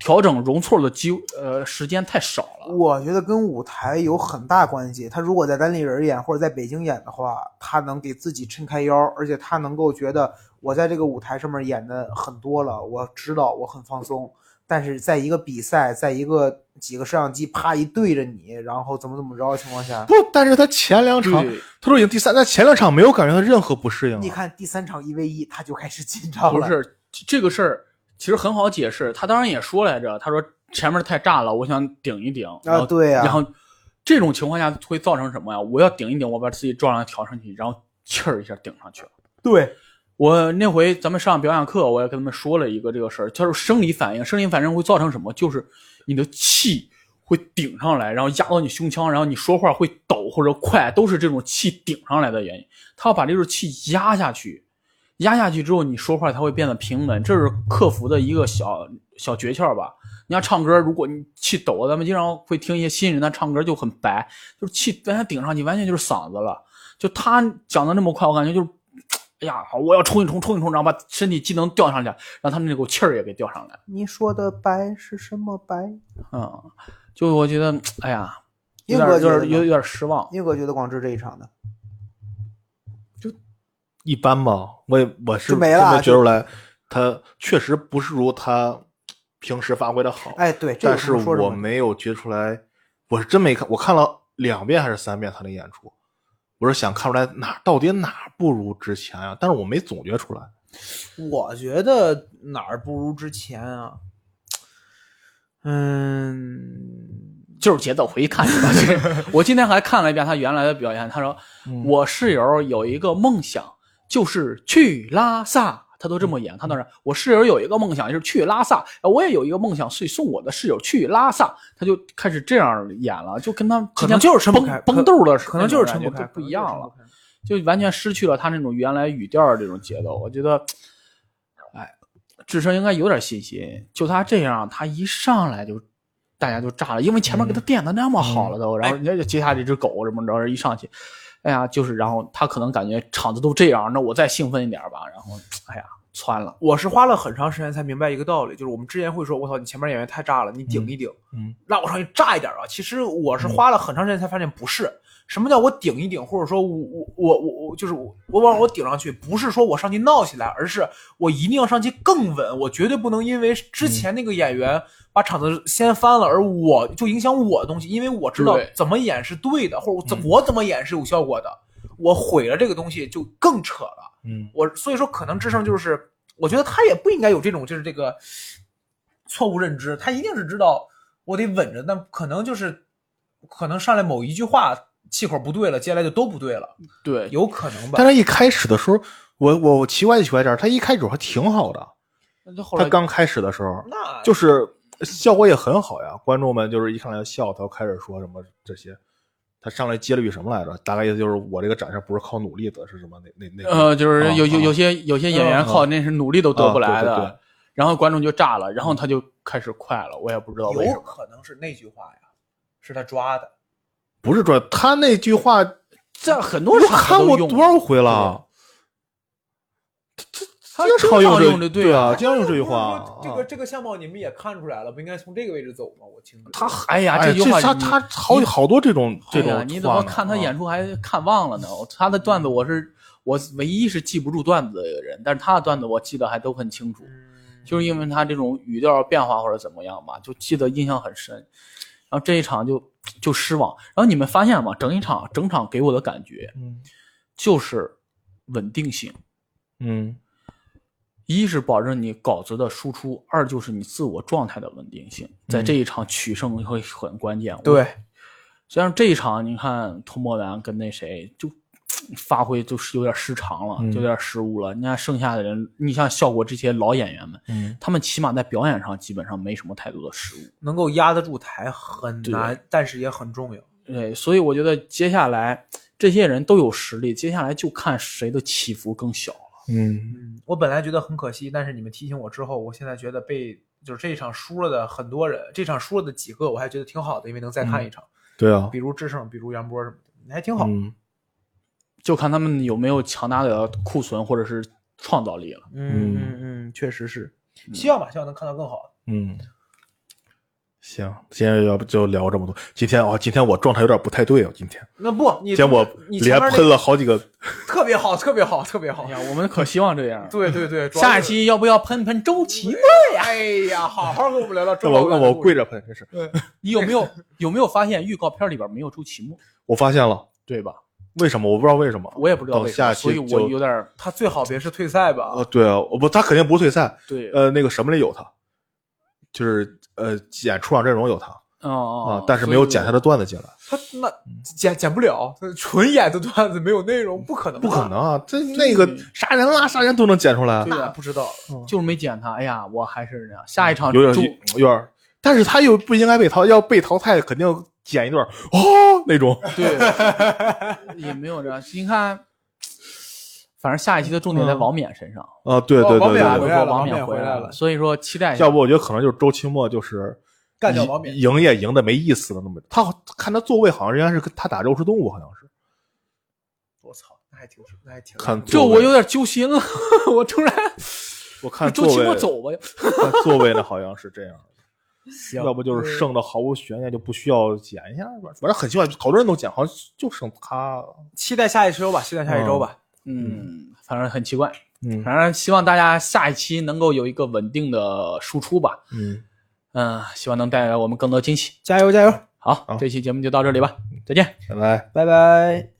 调整容错的机呃时间太少了。我觉得跟舞台有很大关系。他如果在单立人演或者在北京演的话，他能给自己撑开腰，而且他能够觉得我在这个舞台上面演的很多了，我知道我很放松。但是在一个比赛，在一个几个摄像机啪一对着你，然后怎么怎么着的情况下，不，但是他前两场对他都已经第三，但前两场没有感觉到任何不适应啊。你看第三场一 v 一，他就开始紧张了。啊不是这这个事儿，其实很好解释。他当然也说来着，他说前面太炸了，我想顶一顶。然后啊，对呀、然后这种情况下会造成什么呀？我要顶一顶，我把自己重量调上去，然后气儿一下顶上去了。对，我那回咱们上表演课，我也跟他们说了一个这个事儿，就是生理反应。生理反应会造成什么？就是你的气会顶上来，然后压到你胸腔，然后你说话会抖或者快，都是这种气顶上来的原因。他要把这种气压下去，压下去之后，你说话才会变得平稳，这是克服的一个小小诀窍吧。你像唱歌，如果你气抖，咱们经常会听一些新人他唱歌就很白，就是气完全顶上去，完全就是嗓子了。就他讲的那么快，我感觉就是，哎呀，我要冲一冲，冲一冲，然后把身体机能吊上去，让他那股气儿也给吊上来。你说的白是什么白？嗯，就我觉得，哎呀，有英点哥有觉得点呢有有点失望。英哥觉得广智这一场呢？一般吧，我也我是就没真了啊的就觉出来，他确实不是如他平时发挥的好。哎，对，这个但是不能说什我么没有觉出来，我是真没看，我看了两遍还是三遍他的演出，我是想看出来哪到底哪不如之前呀、但是我没总结出来。我觉得哪儿不如之前啊？嗯，就是节奏回看去 吧。就是我今天还看了一遍他原来的表演，他说、我室友有一个梦想，就是去拉萨。他都这么演，他当然，我室友有一个梦想就是去拉萨，呃我也有一个梦想是送我的室友去拉萨，他就开始这样演了，就跟他可能就是撑不开崩崩豆的，可能就是撑不就开，不一样了，。就完全失去了他那种原来语调的这种节奏。我觉得，哎，智胜应该有点信心。就他这样，他一上来就大家就炸了，因为前面给他垫的那么好了都，然后人家就接下这只狗怎么着，一上去，哎呀，就是然后他可能感觉场子都这样，那我再兴奋一点吧，然后哎呀，窜了。我是花了很长时间才明白一个道理，就是我们之前会说，我操，你前面演员太炸了，你顶一顶，嗯嗯，让我上去炸一点啊。其实我是花了很长时间才发现不是，什么叫我顶一顶，或者说我我我我我就是我我往我顶上去，不是说我上去闹起来，而是我一定要上去更稳，我绝对不能因为之前那个演员把场子掀翻了，而我就影响我的东西，因为我知道对怎么演是对的，或者我怎我怎么演是有效果的，我毁了这个东西就更扯了。嗯，我所以说可能智胜就是，我觉得他也不应该有这种就是这个错误认知，他一定是知道我得稳着，但可能就是可能上来某一句话气口不对了，接下来就都不对了，对，有可能吧但。他一开始的时候，我我我奇怪就奇怪这儿，他一开始还挺好的，那就后他来刚开始的时候那就是效果也很好呀，观众们就是一上来就笑，他就开始说什么这些。他上来接了句什么来着？大概意思就是我这个展现不是靠努力得，是什么？那那那个呃，就是啊有有啊有些有些演员靠那是努力都得不来啊对对的对，然后观众就炸了，然后他就开始快了，我也不知道为什有么。可能是那句话呀，是他抓的。不是专，他那句话在很多我场合看都过用多少回了？啊他经常用用这对啊，经常用这句话不是啊说。这个这个相貌你们也看出来了，不应该从这个位置走吗？我听着他哎呀，哎句话他你他好你好多这种这种哎话呢，呀你怎么看他演啊？出还看忘了呢？我他的段子我是我唯一是记不住段子的一个人，但是他的段子我记得还都很清楚，嗯就是因为他这种语调变化或者怎么样吧，就记得印象很深。然后这一场就就失望。然后你们发现吗？整一场整场给我的感觉嗯就是稳定性。嗯一是保证你稿子的输出，二就是你自我状态的稳定性，在嗯这一场取胜会很关键。我对，虽然这一场你看托莫兰跟那谁就发挥就是有点失常了，嗯有点失误了。你看剩下的人，你像效果这些老演员们，嗯，他们起码在表演上基本上没什么太多的失误。能够压得住台很难，但是也很重要。对，所以我觉得接下来这些人都有实力，接下来就看谁的起伏更小了。嗯，嗯，我本来觉得很可惜，但是你们提醒我之后，我现在觉得被就是这一场输了的很多人，这场输了的几个，我还觉得挺好的，因为能再看一场，对啊比，如智胜，比如杨波什么的，还挺好。嗯就看他们有没有强大的库存或者是创造力了。嗯嗯，确实是，希望吧，希望能看到更好的。嗯，行，今天要不就聊这么多。今天啊，今天我状态有点不太对啊，今天，那不，你今天我你前连面那喷了好几个。特别好，特别好，特别好哎。呀，我们可希望这样。对对对，主要下一是期要不要喷喷周琦呢？哎呀，好好跟我们聊聊那中我国那我跪着喷，真是。你有没 有有没有发现预告片里边没有周琦墨，我发现了，对吧？为什么？我不知道为什么。我也不知道等为什么，下所期以就我有点儿他最好别是退赛吧？呃，对啊，我不，他肯定不退赛。对，呃，那个什么里有他，就是呃演出场阵容有他嗯啊啊，但是没有剪他的段子进来，他那剪剪不了，纯演的段子没有内容，不可能，不可能。啊！这那个杀人啦，杀人都能剪出来，对那啊不知道，就是没剪他。哎呀，我还是那样。下一场有周点有点，但是他又不应该被淘，要被淘汰肯定剪一段哦那种。对，也没有这样。你看，反正下一期的重点在王冕身上，啊，对对哦王嗯对冕对不回对，来了说王王冕回回来了，了所以说期待一下要。不我觉得可能就是周奇墨就是干掉王冕赢赢也赢的没意思了那么。他好看他座位好像人家是跟他打肉食动物，好像是我操，那还挺，那还挺。看这座位我有点揪心了， 我突 然我看周座琦位墨走吧，看座位呢好像是这样的。 行嗯要不就是剩的毫无悬念，就不需要剪一下，反正很奇怪，好多人都剪，好像就剩他。期待下一周吧，期待下一周吧。嗯，反正很奇怪，嗯反正希望大家下一期能够有一个稳定的输出吧，嗯，嗯，希望能带来我们更多惊喜。加油加油，好，好这期节目就到这里吧，再见。拜拜。拜拜。